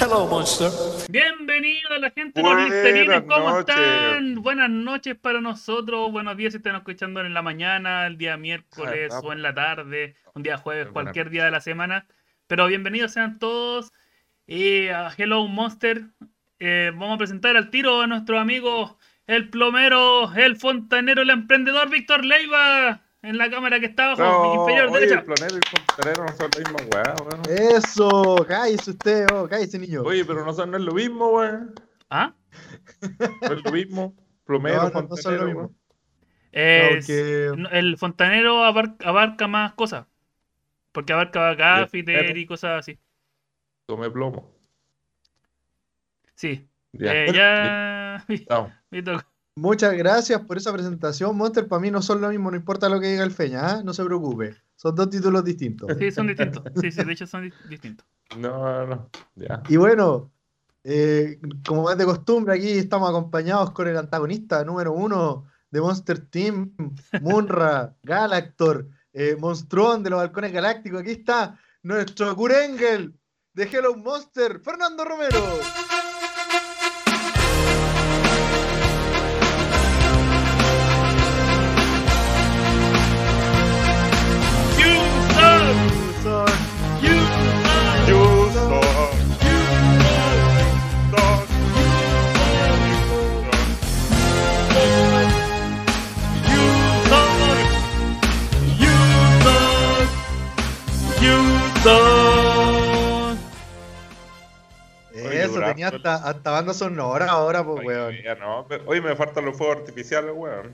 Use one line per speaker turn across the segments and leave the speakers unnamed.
Hello, monster.
Bienvenido a la gente de los
Buenas
Listerines, ¿cómo
noches.
están? Buenas noches para nosotros, buenos días si están escuchando en la mañana, el día miércoles
Ah,
o en la tarde, un día jueves,
Buenas
cualquier día de la semana. Pero bienvenidos sean todos eh, a Hello Monster. Eh, vamos a presentar al tiro a nuestro amigo, el plomero, el fontanero, el emprendedor Víctor Leiva, en la cámara que está abajo, inferior
oye,
derecha.
el planeta y el fontanero no son la misma weá, weón.
Eso, cállese usted, oh, cállese niño.
Oye, pero no son no es lo mismo, weón.
¿Ah?
No es lo mismo. Plomero,
No, no, no son lo
fontanero,
mismo.
weón.
No,
Es-
que-
No, El fontanero abar- abarca más cosas. Porque abarca gaffiter y cosas así.
Tomé plomo.
Sí.
Ya.
Eh, ya.
Chao.
Me tocó.
Muchas gracias por esa presentación, Monster. Para mí no son lo mismo, no importa lo que diga el Feña, ¿ah? no se preocupe. Son dos títulos distintos.
Sí, son distintos. Sí, sí, de hecho son di- distintos.
No, no. Ya.
Y bueno, eh, como es de costumbre, aquí estamos acompañados con el antagonista número uno de Monster Team, Munra, Galactor, eh, Monstrón de los Balcones Galácticos. Aquí está nuestro Kurengel de Hello Monster, Fernando Romero.
You suck, you suck,
You
you suck, you suck.
Oye,
Eso,
durazo.
tenía hasta, hasta banda sonora ahora, pues, weón.
Oye, ya no, pero- oye, me faltan los fuegos artificiales, weón.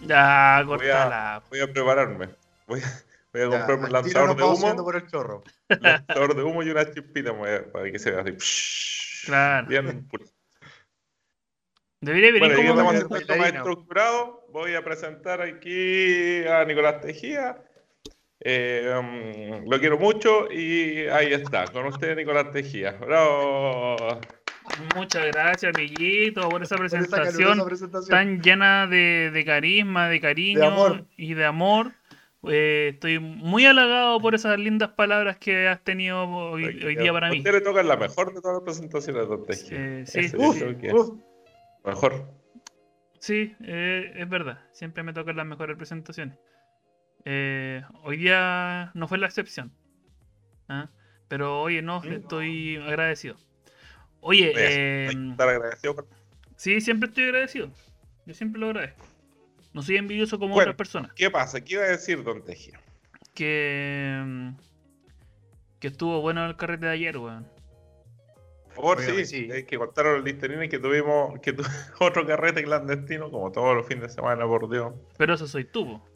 Ya,
Voy a-
cortala.
Voy a prepararme. Voy a, voy a
Ya,
comprarme un
al tiro
lanzador
nos
de
vamos yendo
humo.
por el chorro.
Lanzador de humo y una chispita, weón, para que se vea así.
Claro.
Bien puro.
Debería
Bueno,
venir
ya que
como
estamos
con
haciendo
el
esto más
bailarino.
estructurado, voy a presentar aquí a Nicolás Tejía. Eh, mm, lo quiero mucho y ahí está, con usted Nicolás Tejía. Bravo.
Muchas gracias, amiguito, por esa
Por esa
presentación
calurosa presentación.
tan llena de, de carisma, de cariño
De amor.
y de amor. Eh, estoy muy halagado por esas lindas palabras que has tenido hoy, hoy día para
a
mí.
usted le toca la mejor de todas las presentaciones, don Tejía.
Eh, sí,
Ese
Uf,
es lo que-
uf.
Mejor.
Sí, eh, es verdad. Siempre me tocan las mejores presentaciones. Eh, hoy día no fue la excepción. ¿Ah? Pero oye, no,
Mm.
estoy agradecido. Oye,
Eso,
eh,
Hay que estar agradecido con-
Sí, siempre estoy agradecido. Yo siempre lo agradezco. No soy envidioso como
Bueno.
otras personas.
¿Qué pasa? ¿Qué iba a decir don Tejía?
Que. mm, Que estuvo bueno el carrete de ayer, weón.
Por favor,
Oiga,
sí,
sí.
es que contaron los listerines que tuvimos que tu- otro carrete clandestino, como todos los fines de semana, por Dios.
Pero eso soy tú, po.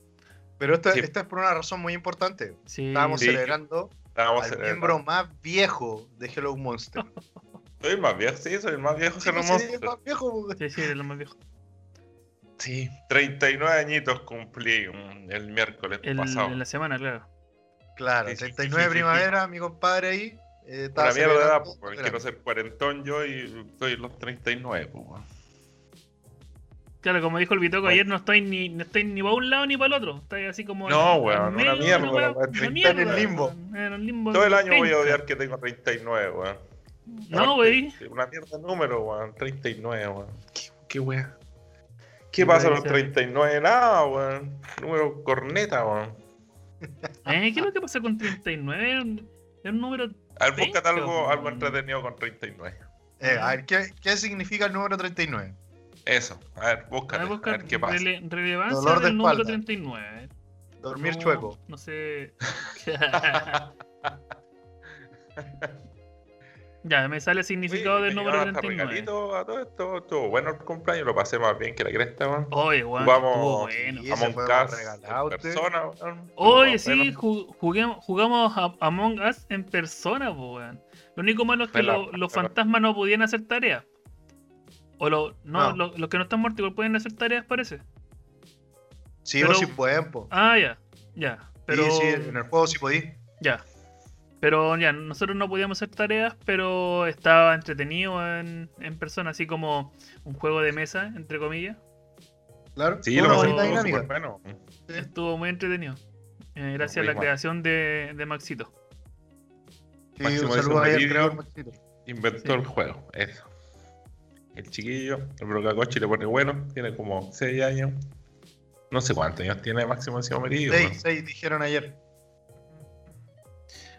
Pero esta,
Sí.
esta es por una razón muy importante.
Sí.
Estábamos
Sí.
celebrando
Estábamos
al
celebrando.
miembro más viejo de Hello Monster.
Soy el más viejo, sí, soy el más viejo que
Sí, pues
no
sí, el más viejo. pues.
Sí, sí, eres lo más viejo.
Sí, 39 añitos cumplí mm, el miércoles
El-
pasado.
en la semana, claro.
Claro,
Sí, sí, sí,
39
sí, sí.
primavera, mi compadre ahí. eh, estaba
Una mierda de edad,
celebrando,
pues,
celebrando.
quiero ser cuarentón yo y estoy en los 39, pues. weón.
Claro, como dijo el Bitoco
Bueno.
ayer, no estoy ni, no estoy ni para un lado ni para el otro. Estoy así como.
No,
en- en
weón, una
medio de
mierda,
weá,
weón. Está
Una
en
mierda.
el limbo.
weón. En el limbo.
Todo el año voy a
penca.
odiar Ah, que tengo 39, weón.
No, wey.
Aparte, Una mierda de número, weón. 39, weón. Qué, qué weón.
Qué
¿Qué pasa a
weón,
los
sí.
39? Nada, weón. Número corneta, weón.
Eh, ¿Qué es lo que pasa con 39? Era un- era un número
A ver, búscate
Venga,
algo,
weón.
algo entretenido con 39.
Eh, a ver, ¿qué, qué significa el número 39?
Eso, a ver, búscate.
Voy
A
a buscar
ver qué pasa.
rele- relevancia
Dolor de
del número
espalda.
39.
Dormir
no,
chueco.
No sé. ya, me sale el significado
Oye,
del
me
número
llevaron hasta
39.
regalitos a todo esto, estuvo bueno el cumpleaños, lo pasé más bien que la cresta, weón.
Oye, weón,
Vamos.
estuvo bueno.
Sí,
Among
ese fue
Us
regalado,
en
usted.
persona, weón.
Oye,
Más o
sí,
menos.
ju- juguemos- jugamos a Among Us en persona, po, weón. Lo único malo es que
Fue la-
lo- los fantasmas no podían hacer tareas. O lo- no,
No.
lo- los que no están muertos igual pueden hacer tareas, parece.
Sí,
Pero-
vos sí pueden, po.
Ah, ya, ya. Pero...
Sí, sí, en el juego sí podís.
Ya. Pero ya, nosotros no podíamos hacer tareas, pero estaba entretenido en, en persona, así como un juego de mesa, entre comillas.
Claro.
Sí,
Fue
lo
una
pasé
bonita
todo
buena
súper
dinámica.
bueno.
Sí.
Estuvo muy entretenido. Eh, gracias a
Muy
la
bueno.
creación de, de Maxito.
Sí,
Máximo
un
de
saludo ahí al
Supervideo.
creador Maxito.
inventó el juego. Eso. El chiquillo, el brocacochi le pone bueno, tiene como 6 años. No sé cuántos años tiene máximo encima Meridio.
Seis, seis, dijeron ayer.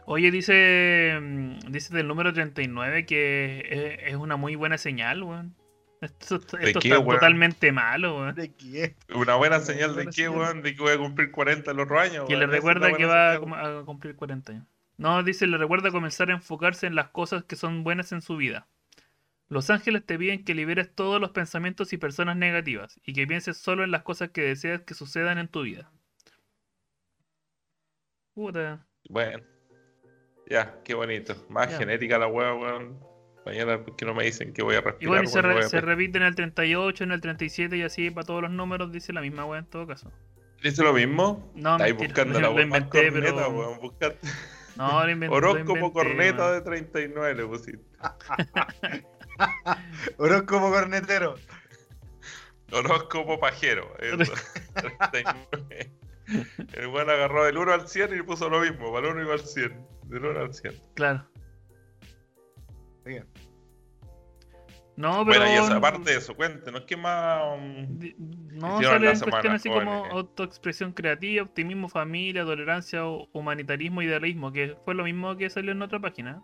Oye, dice, mm, dice del número 39 que es, es una muy buena señal, weón. Esto, esto
¿De qué,
está
weón?
totalmente malo, weón.
¿De qué?
Una buena
Una
señal de
buena
que,
señal.
weón, de que voy a cumplir 40 el otro año.
Que
weón.
le
Esa es
recuerda
la
que
buena
va a
señal.
com- a cumplir 40 años. No, dice, le recuerda comenzar a enfocarse en las cosas que son buenas en su vida. Los ángeles te piden que liberes todos los pensamientos y personas negativas y que pienses solo en las cosas que deseas que sucedan en tu vida. Puta.
Bueno. Ya, qué bonito. Más
Ya.
genérica la hueá, weón. Mañana porque no me dicen que voy a respirar.
Y bueno, y se,
weón,
re-
voy a
se
pescar.
repite en el 38, en el 37 y así para todos los números, dice la misma wea en todo caso.
¿Dice lo mismo?
No,
Estáis
mentira,
buscando la
lo
hueá más
inventé, pero-
corneta, weón. Buscate-
No, lo inventé.
Horóscopo corneta de 39 le pusiste.
Horóscopo cornetero.
Horóscopo pajero. eso. 39. El weón agarró del 1 al 100 y le puso lo mismo. Para el 1 y al 100. Del 1 al 100.
Claro.
Oiga,
No, pero...
Bueno, y esa, aparte de eso, cuéntenos, ¿qué más? um,
Di- No,
Hicieron
sale
la
en
semana, eh.
cuestión así como
jóvenes.
autoexpresión creativa, optimismo, familia, tolerancia, hu- humanitarismo, idealismo, que fue lo mismo que salió en otra página.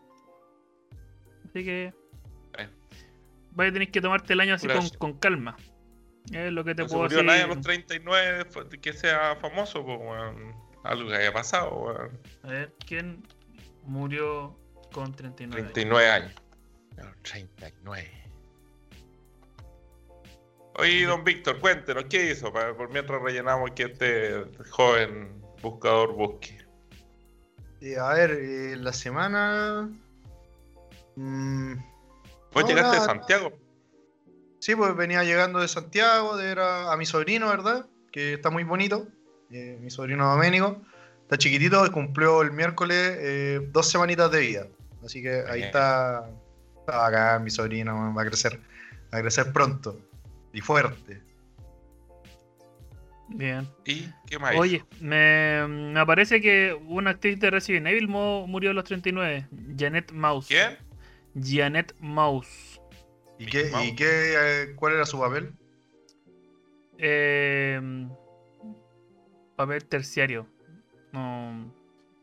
Así que.
Bueno.
Vaya a tener que tomarte el año así
Eh. Pura
con,
sh-
con calma. Es lo que te
no Pues, se
puedo
murió
decir.
nadie a los 39 fue- que sea famoso, pues, weón. Algo que haya pasado, weón.
A ver, ¿quién murió con 39?
39 años. A los 39. Oye, don Víctor, cuéntenos, ¿qué hizo? Para, por mientras rellenamos que este joven buscador busque.
eh, a ver, eh, la semana. Mm,
Vos
No,
Pues llegaste de
nada.
Santiago.
sí, pues venía llegando de Santiago, de ver a, a mi sobrino, ¿verdad? Que está muy bonito. eh, mi sobrino Doménico. Está chiquitito, cumplió el miércoles eh, dos semanitas de vida. Así que ahí
Bien.
está. Está bacán, mi sobrino, man, va a crecer. Va a crecer pronto. Y fuerte.
Bien.
¿Y qué más?
Oye, me, me aparece que una actriz de Resident Evil mo- murió a los 39. Janet Mouse.
¿Quién?
Janet Mouse.
¿Y,
Mickey
qué,
Mouse.
y qué, eh, cuál era su papel?
Eh, papel terciario. No.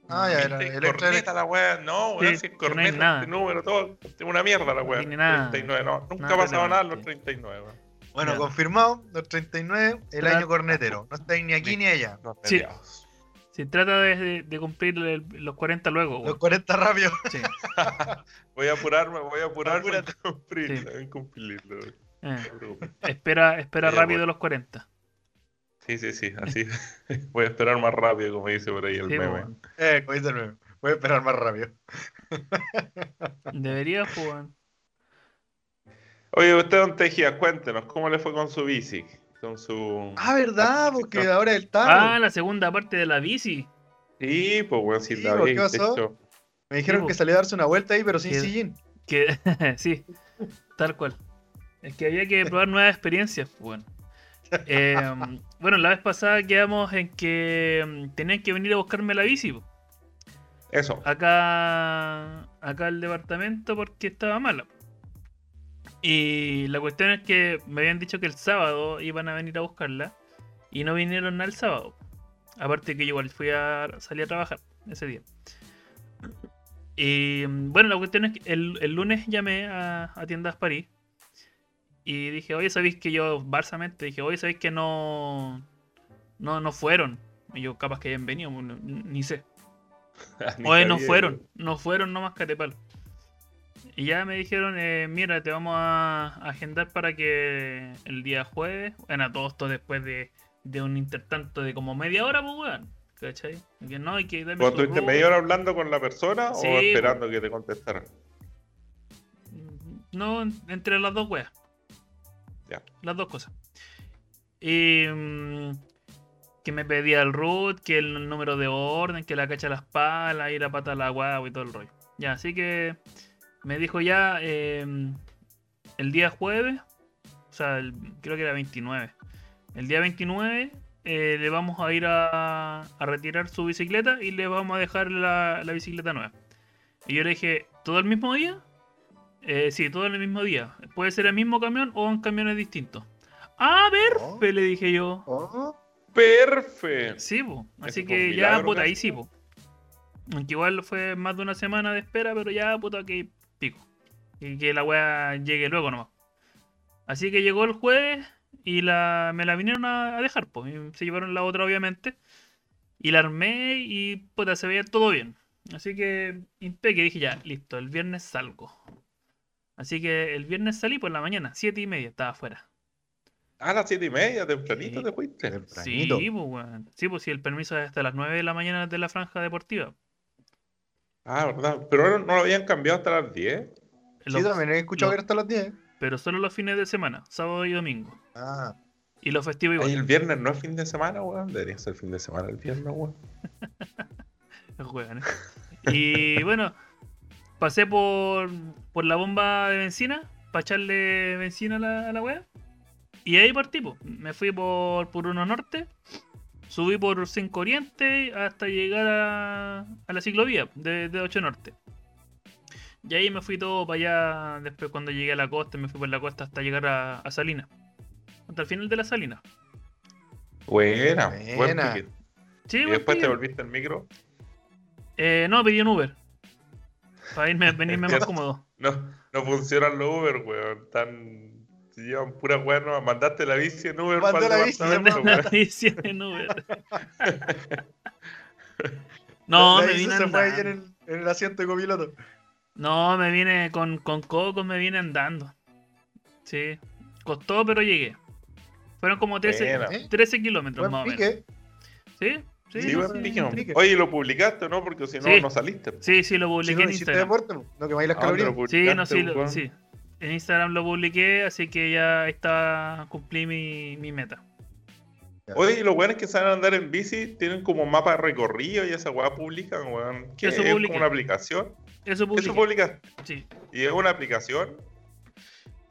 Ah, ya era.
¿Viste?
Electra,
corneta
Electra.
la weá, no,
Sí,
weón, si es
que no hay
corneta,
nada.
este número, todo, es una mierda la weá.
tiene nada.
39, no, nunca
Nada
ha pasado nada en los
relevante.
39, weón.
Bueno,
Ya.
confirmado, los 39, el
Tra-
año cornetero. No estáis ni aquí ni allá.
Los
Sí.
mediados.
Se trata de, de- de cumplir el- los 40 luego.
Los
weón.
40 rápido.
Sí,
Voy a apurarme, voy a apurarme en cumplirlo,
Sí.
en cumplirlo. weón. No
eh.
te preocupes.
Espera, espera
Ya,
rápido
bueno.
los 40.
Sí, sí, sí, así. Voy a esperar más rápido, como dice por ahí el
Sí,
meme.
weón.
Eh, como dice el meme, Voy a esperar más rápido.
Debería jugar.
Oye, usted, don Tejía, cuéntenos, ¿cómo le fue con su bici? Con su...
Ah, ¿verdad? Porque ahora el tarro.
Ah, la segunda parte de la bici.
Sí, pues, weón, si
Sí,
la
pues,
había
¿qué pasó?
hecho.
Me dijeron que salió a darse una vuelta ahí, pero sin
Que-
sillín.
Que, sí, tal cual. Es que había que probar nuevas experiencias. pues, Bueno. Eh, bueno, la vez pasada quedamos en que mm, tenían que venir a buscarme la bici. po.
Eso.
acá acá al departamento porque estaba mala. Y la cuestión es que me habían dicho que el sábado iban a venir a buscarla y no vinieron al sábado. Aparte que yo igual fui a salir a trabajar ese día. Y mm, bueno, la cuestión es que el, el lunes llamé a, a Tiendas París y dije, oye, ¿sabéis que yo, barsamente, dije, oye, ¿sabéis que no, no, no fueron? Y yo capaz que hayan venido, no- ni sé.
Ni
Oye, no
sabía,
fueron, no fueron nomás Catepal. Y ya me dijeron, eh, mira, te vamos a agendar para que el día jueves, bueno, todo esto después de, de un intertanto de como media hora, pues weón, ¿cachai? Que no, hay que darme
¿Vos
su
estuviste
ruta.
media hora hablando con la persona
Uh. Sí,
o esperando que te contestaran?
No, en- entre las dos weas.
Ya.
Las dos cosas. Y, mm, que me pedía el root, que el número de orden, que la cacha a las palas, ir a pata a la guagua y todo el rollo. Ya, así que me dijo ya eh, el día jueves, o sea, el- creo que era 29. El día 29 eh, le vamos a ir a, a retirar su bicicleta y le vamos a dejar la, la bicicleta nueva. Y yo le dije, ¿todo el mismo día? Eh, sí, todo en el mismo día. Puede ser el mismo camión o en camiones distintos. Ah, verfe, le dije yo.
Oh,
Perfecto.
Sí, po. Así
Eso fue un
que ya,
milagro
puta,
casi.
ahí sí, po. Aunque igual fue más de una semana de espera, pero ya, puta, que pico. Y que la weá llegue luego nomás. Así que llegó el jueves y la, me la vinieron a, a dejar, pues. Se llevaron la otra, obviamente. Y la armé y, puta, se veía todo bien. Así que, impeque, dije ya, listo, el viernes salgo. Así que el viernes salí por la mañana, siete y media, estaba afuera.
A Ah, las siete y media, tempranito
Sí.
te fuiste.
tempranito.
Sí, pues, weón. Sí, pues, sí, el permiso es hasta las 9 de la mañana de la franja deportiva.
Ah, verdad. Pero no, no lo habían cambiado hasta las 10.
Sí,
Los-
también he
lo-
escuchado que era hasta las 10.
Pero solo los fines de semana, sábado y domingo.
Ah,
Y los festivos
Ay,
igual.
el viernes no es fin de semana, weón. Debería ser fin de semana el viernes, weón.
Juegan, ¿eh? Y bueno, pasé por, por la bomba de benzina para echarle benzina a la, a la wea. Y ahí partí, po. me fui por, por Uno Norte, subí por 5 Oriente hasta llegar a, a la ciclovía de, de 8 Norte. Y ahí me fui todo para allá, después cuando llegué a la costa, me fui por la costa hasta llegar a, a Salinas. Hasta el final de la Salina.
Buena,
Buena.
buen piquete.
Sí,
Y
buen
después te
pique.
volviste al micro.
Eh, no, pedí un Uber. Para irme, venirme más
Entiendo.
cómodo.
No, no funcionan los Uber, weón. Tan. Se llevan pura weón. nomás. Mandaste la bici en Uber
Mandó
pa'l
la bici,
departamento,
Una
weón.
bici en Uber. No,
la
me
Isis
vine
se fue ahí en
andando.
el, en el asiento de copiloto.
No, me vine con, con cocos, me vine andando. Sí. Costó, pero llegué. Fueron como 13,
Buena.
¿Eh?
13 kilómetros más o
Buen
menos.
pique.
Sí, sí.
Sí,
no
buen
sé.
pique, weón.
pique.
Oye, lo publicaste, ¿no? Porque si no,
Sí.
no saliste. pues.
Sí, sí, lo
Si
publiqué
no
en
hiciste pues,
Instagram.
deporte, no quemáis las
¿A dónde
calorías.
lo
Sí, no, sí, lo-
publicaste, weón?
sí. En Instagram lo publiqué, así que ya está, cumplí mi, mi meta.
Oye,
ah,
y los weones que saben andar en bici tienen como mapa de recorrido y esa weá publican, weón. ¿Qué
Eso
es
publiqué.
como una aplicación.
Eso publiqué.
Eso publicas.
Sí.
Y es una aplicación.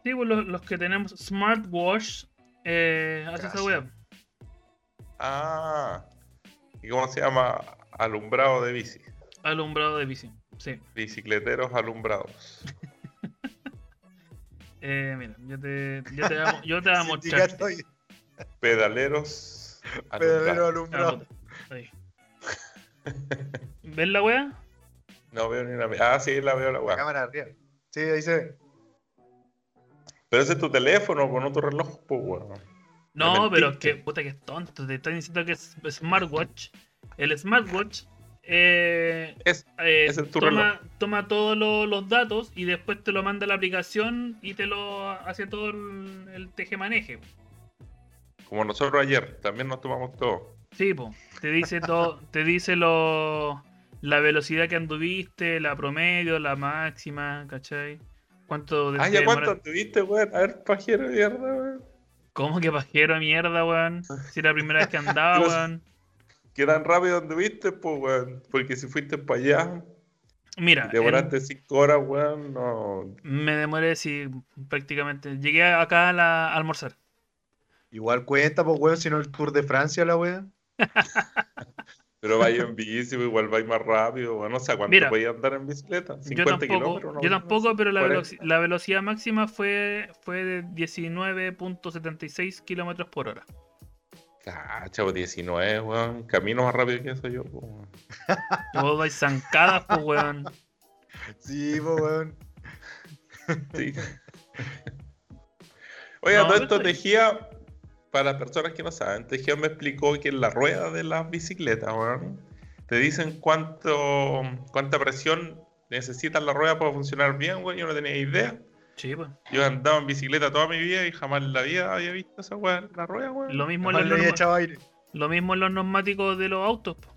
Sí, pues los, los que tenemos smartwatch, eh, hace esa
Gracias.
web.
Ah. ¿Y cómo se llama? Alumbrado de bici.
Alumbrado de bici. Sí.
Bicicleteros alumbrados.
Eh, mira, yo te, yo te, voy a mo- yo te voy a mostrar.
Sindicato y
Pedaleros
pedalero
alumbrados.
Ah,
alumbrado.
puta. Ahí. ¿Ves la wea?
No veo ni una. Ah, sí, la veo la weá.
Cámara arriba. Sí, ahí se ve.
Pero ese es tu teléfono, pues, no tu reloj, pues, weón.
No,
Me
pero es
mentiste.
que, puta, que es tonto. Te estoy diciendo que es smartwatch. El smartwatch eh,
Es-
eh,
ese es tu
toma, toma todos lo- los datos y después te lo manda a la aplicación y te lo hace todo el, el tejemaneje.
Como nosotros ayer, también nos tomamos todo.
Sí, po. te dice todo, te dice lo, la velocidad que anduviste, la promedio, la máxima, ¿cachai? ¿Cuánto de
Ah, ¿ya cuánto tuviste, weón? A ver, pajero de mierda, weón.
¿Cómo que pajero de mierda, weón? Si era la primera vez que andaba,
Los-
weón.
¿Qué tan rápido anduviste, pues, weón? Porque si fuiste para allá
Mira,
y te
Ah, en-
volaste cinco horas, weón, no.
me demoré sí, prácticamente. Llegué acá a, la- a almorzar.
Igual cuenta, pues, weón, si no el Tour de Francia, la wea.
Pero vaya en bici, pues, igual vais más rápido, weón. O sea, ¿cuánto
Mira,
podías andar en bicicleta? ¿50
Yo tampoco,
kilómetros? una
yo
weá
tampoco,
así?
pero la,
40.
veloci- la velocidad máxima fue, fue de 19.76 kilómetros por hora.
Cacha, pues, 19, weón. Camino más rápido que eso yo, pues, weón. Ah.
Vos vais zancadas, pues, weón.
Sí, pues, weón.
Sí. Oiga,
No,
todo
pero
esto
está bien.
Tejía, para las personas que no saben, Tejía me explicó que en la rueda de las bicicletas, weón, te dicen cuánto, cuánta presión necesita la rueda para funcionar bien, weón. Yo no tenía idea.
Sí, pues.
Yo he andado en bicicleta toda mi vida y jamás en la vida había visto esa weá en la rueda, weón.
Lo mismo en
Jamás
las
le había
normas-
echado aire.
Lo mismo en los neumáticos de los autos. po.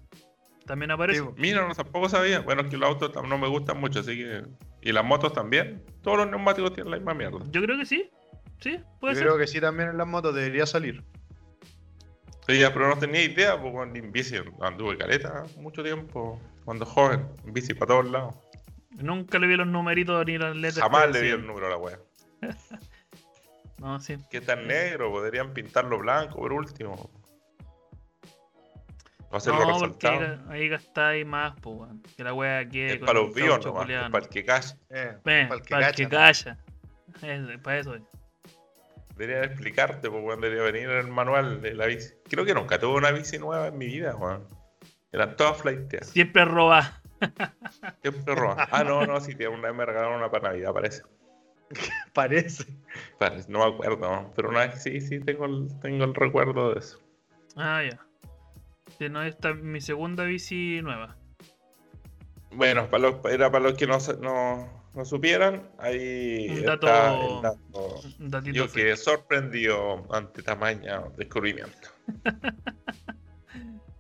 También aparece.
Sí, po.
Mira, no, tampoco sabía. Bueno, es que los autos tam- no me gustan mucho, así que. Y las motos también. Todos los neumáticos tienen la misma mierda.
Yo creo que sí. Sí, puede
Yo
ser.
creo que sí también en las motos debería salir.
Sí, ya, pero no tenía idea, pues bueno, en bici anduve caleta mucho tiempo, cuando joven, en bici para todos lados.
Nunca le vi los numeritos ni las letras.
Jamás
pero
le vi
sí.
el número a la wea.
No, sí.
Pues, Que tan negro, podrían pintarlo blanco por último. No hacerlo
No, porque ahí,
resaltado.
ga- ahí gastáis más, pues, weón. Que la wea quede
Es
con
para
un
los vivos
caucho
nomás,
culiao,
es para el que calle.
Eh,
Ven,
pa'l que
para el que
cacha,
calla. Es, para eso. es.
Debería explicarte, pues, weón, debería venir en el manual de la bici. Creo que nunca tuve una bici nueva en mi vida, weón. Eran todas flighteas.
Siempre roba.
Siempre robadas. Ah, no, no, sí, tía, una vez me regalaron una para Navidad, parece.
Parece.
Parece, No me acuerdo, ¿no? pero una vez sí, sí, tengo el, tengo el recuerdo de eso.
Ah, ya. Si no, esta es mi segunda bici nueva.
Bueno, para los, era para los que no, sa- no, no supieran, ahí
Un
está
dato-
el dato.
Un datito
Yo
freak.
quedé sorprendido ante tamaño descubrimiento.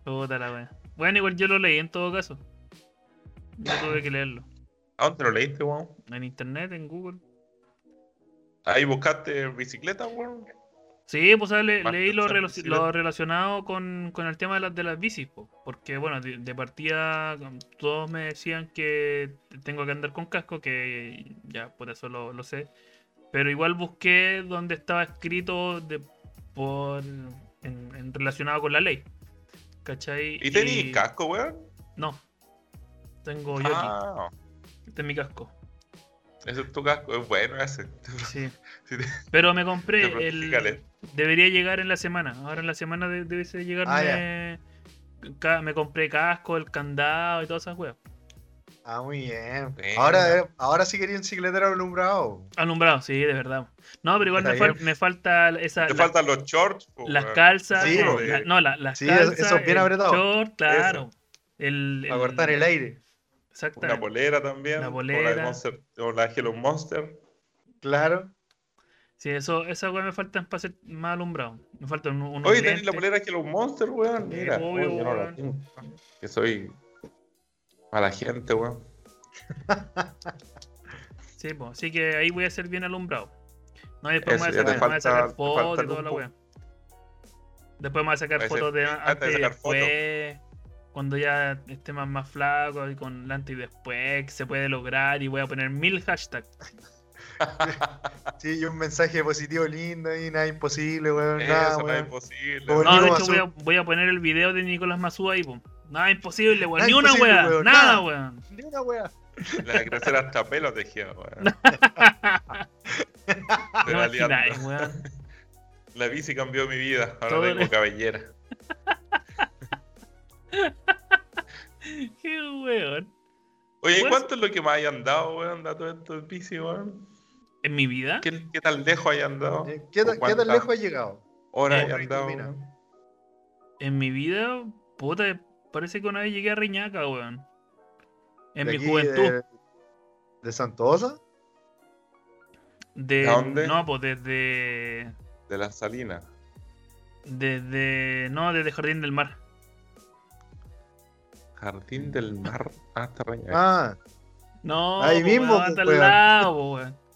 Puta la wea. Bueno, igual yo lo leí en todo caso. Yo tuve que leerlo.
¿A dónde lo leíste, weón?
En internet, en Google.
Ahí buscaste bicicleta, weón.
Sí, pues ¿sabes? Le-
Más
leí lo,
pensar,
relaci-
sí,
lo
¿verdad?
relacionado con, con el tema de las, de las bicis, po. porque bueno, de, de partida um, todos me decían que tengo que andar con casco, que ya por eso lo, lo sé, pero igual busqué donde estaba escrito de, por, en, en- relacionado con la ley, ¿cachai?
¿Y tenías casco, weón?
No, tengo yo aquí,
Ah,
este es mi casco,
ese es tu casco. Es bueno ese.
sí,
Sí, te-
pero me
te
compré el,
practicale.
Debería llegar en la semana. Ahora en la semana de- debe ser
Ah,
llegarme. ca- me compré casco, el candado y todas esas weas.
Ah, muy bien.
Venga.
Ahora, eh, ahora sí quería un cicletero alumbrado.
Alumbrado, sí, de verdad. No, pero igual
Está
me, fal-
bien.
me falta esa.
Te
la-
faltan los shorts, po,
las
weón.
calzas.
Sí,
eh,
porque-
la- no, la- las
Sí, eso-
calzas.
eso es bien
el
apretado.
short, claro. El,
Para cortar el aire.
Una
Exactamente.
polera también.
Una Mm.
como la de
polera.
Monster, o la de Hello Monster.
Claro.
Sí, eso, esas weas me faltan para ser más alumbrado. Me faltan un- unos
Oye, tenés la
lentes.
polera Hello Monster, weón.
Sí,
Mira,
obvio,
oye, yo no la
weón.
tengo. Que soy mala gente, weón.
Sí, pues, así que ahí voy a ser bien alumbrado. No, y después
Eso,
me voy
ya
a
te
sacar, me voy a
falta-
sacar
te
fotos
falta
y toda la
lujo.
wea. Después me voy a sacar
Parece-
fotos de
ah, te vas a
antes y
sacar fotos.
después. Cuando ya esté más, más flaco y con el antes y después, que se puede lograr y voy a poner mil hashtags.
Sí, y un mensaje positivo lindo ahí, nada imposible, weón. nada,
Eso no es
weón.
imposible.
Como
weón.
No, de
Nico
hecho voy a,
Mazú.
voy a poner el video de Nicolás Mazú ahí, po. Nada imposible, weón.
Nada
Ni una
imposible,
wea.
weón,
Nada,
nada.
weón.
Ni una wea.
Le va a crecer hasta pelo tejía, weón. Pero
No imagináis,
aliando.
weón.
La bici cambió mi vida. Ahora
Todo
tengo
le-
cabellera.
Qué weón.
Oye,
Pues-
¿cuánto es lo que más hay andado, weón? Dato esto en bici, weón.
En mi vida,
¿Qué, qué tan lejos hay andado?
Eh, ¿Qué, tan-
¿O
qué
cuántas
tan lejos has llegado?
horas
Eh,
hay andado?
mira.
weón?
en mi vida, puta, parece que una vez llegué a Reñaca, weón. En
¿De
mi
aquí,
juventud.
¿De, de Santosa?
De,
¿A dónde?
No, pues desde.
De la salina.
Desde. No, desde Jardín del Mar.
Jardín del mar hasta Reñaca.
Ah,
No,
Ahí
po,
mismo,
weón,
pues,
hasta al
weón.
lado, po, weón.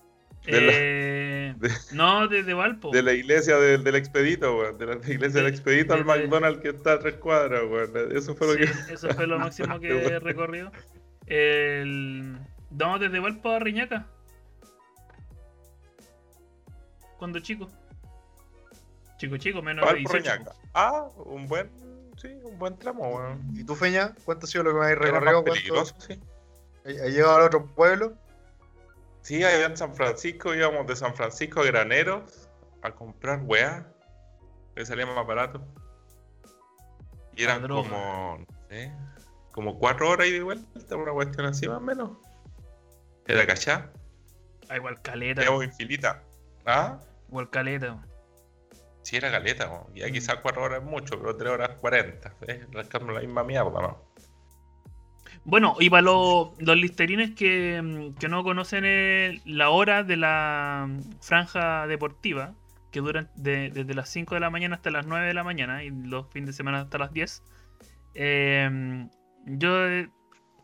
De la-
Eh,
de-
No, desde Valpo.
De la iglesia de- del expedito, weón. De la iglesia
De-
del expedito al
de-
McDonald's que está a tres cuadras, weón. Eso fue lo
Sí,
que.
Eso fue lo máximo que
Weón.
he recorrido. El... No, desde Valpo a Reñaca. Cuando chico. Chico, chico, menos de
Valpo
18.
Reñaca. Ah, un buen. Sí, un buen tramo, weón.
¿y tú, Feña? ¿Cuánto ha sido lo que más has
Era más
recorrido? ¿Cuánto?
peligroso, sí.
¿Has llegado al otro pueblo?
Sí, allá en San Francisco íbamos de San Francisco a Graneros a comprar weá. Le salía más barato. Y
La
eran
droga.
como, no sé, como cuatro horas ida y de vuelta, una cuestión así más o menos. Era cachá.
Ah, igual caleta.
Íbamos en filita. Ah,
Igual caleta. weón.
sí, era caleta. mo. Ya
Mm.
quizás cuatro horas es mucho, pero tres horas cuarenta. ¿eh? Rascando la misma mierda, ¿no?
Bueno, y para los, los listerines que, mm, que no conocen eh, la hora de la mm, franja deportiva, que duran de- desde las 5 de la mañana hasta las 9 de la mañana y los fines de semana hasta las 10, eh, yo eh,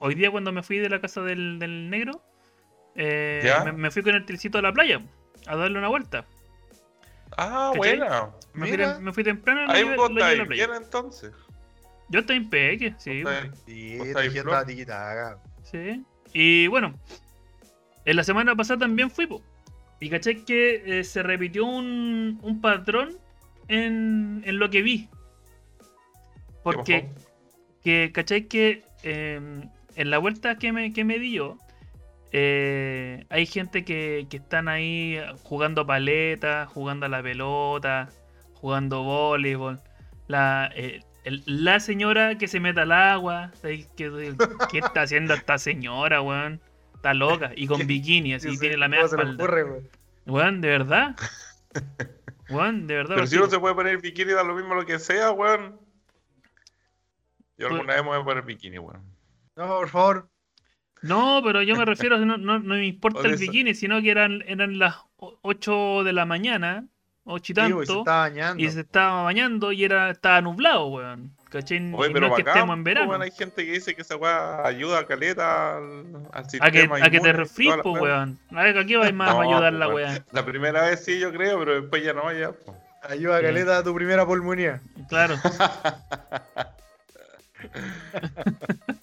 hoy día cuando me fui de la casa del, del negro, eh,
¿Ya?
me, me fui con el tricito a la playa a darle una vuelta.
Ah,
¿Cachai?
buena.
Me, fui,
Mira.
tem- me fui temprano
Ahí
lo llevé-
vos
lo llevé a
estáis
la playa.
bien entonces.
Yo estoy en Peque, sí.
Vos
pues.
estáis-
Sí,
¿Vos
tu
estáis,
gente
Flor?
estaba tiquitaca.
Sí. Y bueno, en la semana pasada también fui, po. Y caché que eh, se repitió un, un patrón en, en lo que vi.
¿Qué
Porque
pasó?
que, ¿cachai? Que eh, en la vuelta que me, que me di yo, eh, hay gente que, que están ahí jugando paleta, jugando a la pelota, jugando voleibol. La, eh, el- la señora que se mete al agua. ¿sabes? ¿Qué, qué está haciendo esta señora, weón? Está loca. Y con
¿Qué-
bikini, así
Sí, sí,
tiene la
¿cómo
media
se le
espalda.
ocurre, güey?
Weón, de verdad. Weón, de verdad.
Pero si
porque-
uno se puede poner bikini, da lo mismo lo que sea, weón. Yo
Pues-
alguna vez me voy a poner bikini, weón.
No, por favor.
No, pero yo me refiero, no, no, no me importa
Por
el
eso.
bikini, sino que eran, eran las 8 de la mañana, 8 y
Sí,
pues,
güey, se
tanto,
está bañando.
y se estaba bañando y era, estaba nublado, weón. ¿Cachai?
Oye,
y
pero
no es que
bacán,
estemos en
po,
verano.
weón, hay gente que dice que esa weá ayuda a caleta al, al
a, que,
sistema
a que te
inmune,
refrís,
toda la
pues,
weá.
weón. A ver, aquí va a ir más
No,
para ayudar
pues,
la
weón.
weá.
La primera vez sí, yo creo, pero después ya no, ya. pues. po.
Ayuda,
Sí.
Caleta, a tu primera pulmonía.
Claro.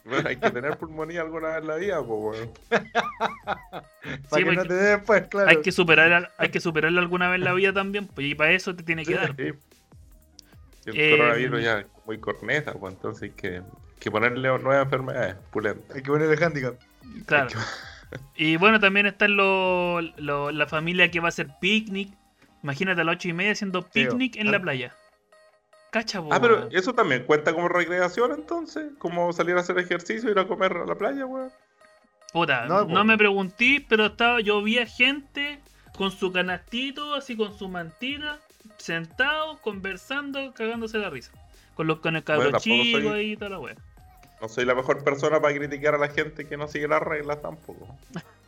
Bueno, hay que tener pulmonía alguna vez en la vida, po, weón.
Para
Sí,
que
pues,
no te dé después, claro.
hay que superar al- hay que superarlo alguna vez en la vida también, pues, y para eso te tiene que dar.
Sí. El
Eh,
Em,
coronavirus ya es muy corneta, pues entonces hay que, hay que ponerle nuevas enfermedades, pulenta.
Hay que ponerle handicap.
Claro. Y bueno, también está lo, lo- la familia que va a hacer picnic. Imagínate a las ocho y media haciendo picnic en la playa. Cacha, po,
Ah, pero
weón.
eso también cuenta como recreación entonces, como salir a hacer ejercicio, ir a comer a la playa, weón.
Puta,
no,
no,
po.
me pregunté, pero estaba, yo vi a gente con su canastito, así con su mantita, sentados, conversando, cagándose la risa. Con los con el cabro
Bueno, tampoco
chico
soy-
ahí y toda la wea.
No soy la mejor persona para criticar a la gente que no sigue las reglas tampoco.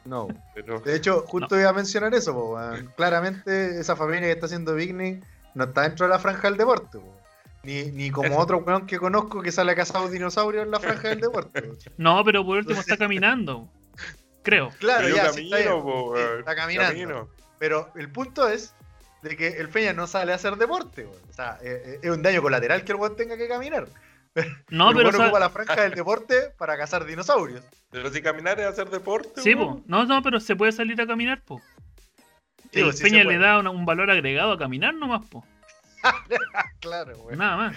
No.
Pero
De hecho, justo iba a mencionar eso, po, weón. Claramente, esa familia que está haciendo picnic no está dentro de la franja del deporte, po. Ni, ni como otro weón que conozco que sale a cazar un dinosaurio en la franja del deporte. po.
No, pero por último está caminando. Creo.
Claro,
yo
ya, sí,
camino,
está bien.
po,
Sí,
weón.
está caminando. Pero el punto es de que el Peña no sale a hacer deporte, weón. O sea, eh, eh, es un daño colateral que el weón tenga que caminar.
No, Ah,
el
pero.
weón
sa-
ocupa la franja del deporte para cazar dinosaurios.
Pero si caminar es hacer deporte,
Sí,
weón.
po. No, no, pero se puede salir a caminar, po. Digo,
sí se
Peña
puede.
le da una- un valor agregado a caminar nomás, po.
Claro, weón.
Nada más.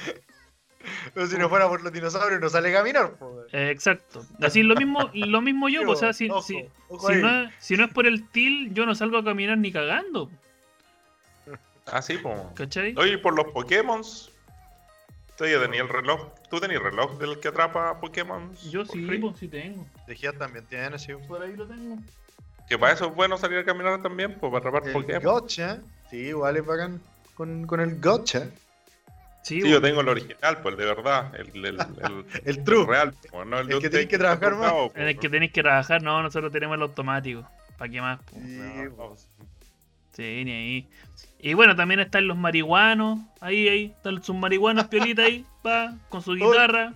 Pero si no fuera por los dinosaurios, no sale a caminar, po, weón.
Eh, exacto. Así lo mismo, lo mismo yo, po. o sea, si,
Ojo,
si-
ojo
si
ahí.
no, es- si no es por el til, yo no salgo a caminar ni cagando,
Ah, sí, po.
¿cachai?
Oye, ¿y por los Pokémon. yo tenía el reloj. ¿Tú tenías reloj del que atrapa Pokémon?
Yo sí, po, sí tengo.
De Gia también tiene, sí.
Por ahí lo tengo.
Que para eso es bueno salir a caminar también, pues, para atrapar
El
Pokémon.
Gotcha. Sí, igual es bacán con, con el Gotcha.
Sí,
Sí,
po.
yo tengo el original, pues, el de verdad. El, el, el,
El true.
real, po, no el,
El que tenés que trabajar más.
pues,
En el que tenéis que trabajar, no, nosotros tenemos el automático. ¿Para qué más? po?
Sí, pues. po.
pues.
Sí, ni ahí. Y bueno, también están los marihuanos, ahí, ahí, están sus marihuanos piolitas ahí, pa, con su guitarra.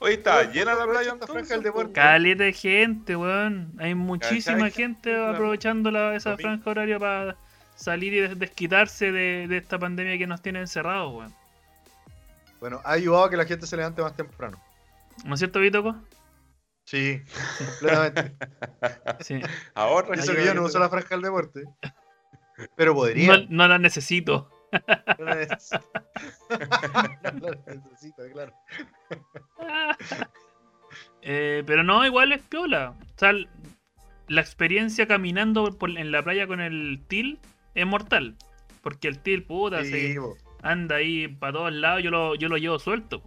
Hoy está
Oye,
llena la playa
aprovecha esta
entonces, pues.
franja del
po.
deporte.
Caleta de gente, weón. Hay muchísima
¿Cachai?
gente
Claro.
aprovechando la, esa
Domingo.
franja horaria para salir y des- desquitarse de, de esta pandemia que nos tiene encerrados, weón.
Bueno, ha ayudado a que la gente se levante más temprano.
¿No es cierto, Vitoco?
Sí, completamente.
Ah,
Sí.
Ahora
Y Eso que yo no uso la franja del deporte. Pero podría.
No, no la necesito.
No la necesito. No la necesito, claro.
Eh, pero no, igual es piola. O sea, l- la experiencia caminando por- en la playa con el til es mortal. Porque el til, puta,
Sí,
se
po.
anda ahí para todos lados, yo lo, yo lo llevo suelto.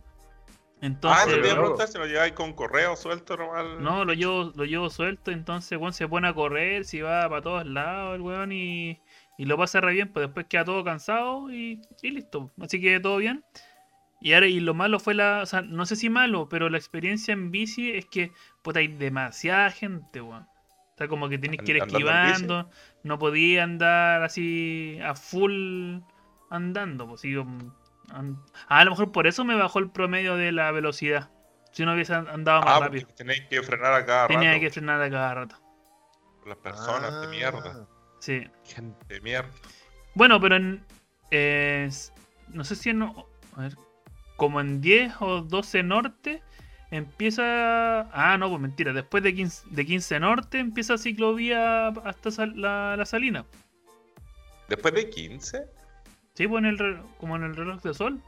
Entonces,
Ah, te voy a
Claro.
preguntar si lo lleváis con correo suelto normal.
No, lo llevo, lo llevo suelto, entonces weón se pone a correr, si va para todos lados el weón y, y lo pasa re bien, pues después queda todo cansado y, y listo. Así que todo bien. Y ahora, y lo malo fue la, o sea, no sé si malo, pero la experiencia en bici es que puta hay demasiada gente, weón. O sea, como que tenés que ir
¿Andando en bici?
esquivando, no podía andar así a full andando, pues sí, um, an- Ah, a lo mejor por eso me bajó el promedio de la velocidad. Si no hubiese an- andado más
Ah, porque
rápido.
tenéis que frenar a cada
Tenía
rato.
que frenar a cada rato.
Las personas de mierda.
Ah,
Sí.
Gente de mierda.
Bueno, pero en. eh, s- no sé si en. o- a ver, como en 10 o 12 norte empieza. Ah, no, pues mentira. Después de 15, de 15 norte empieza ciclovía hasta sal- la, la salina.
Después de 15,
Sí, pues en el, re- como en el reloj de sol.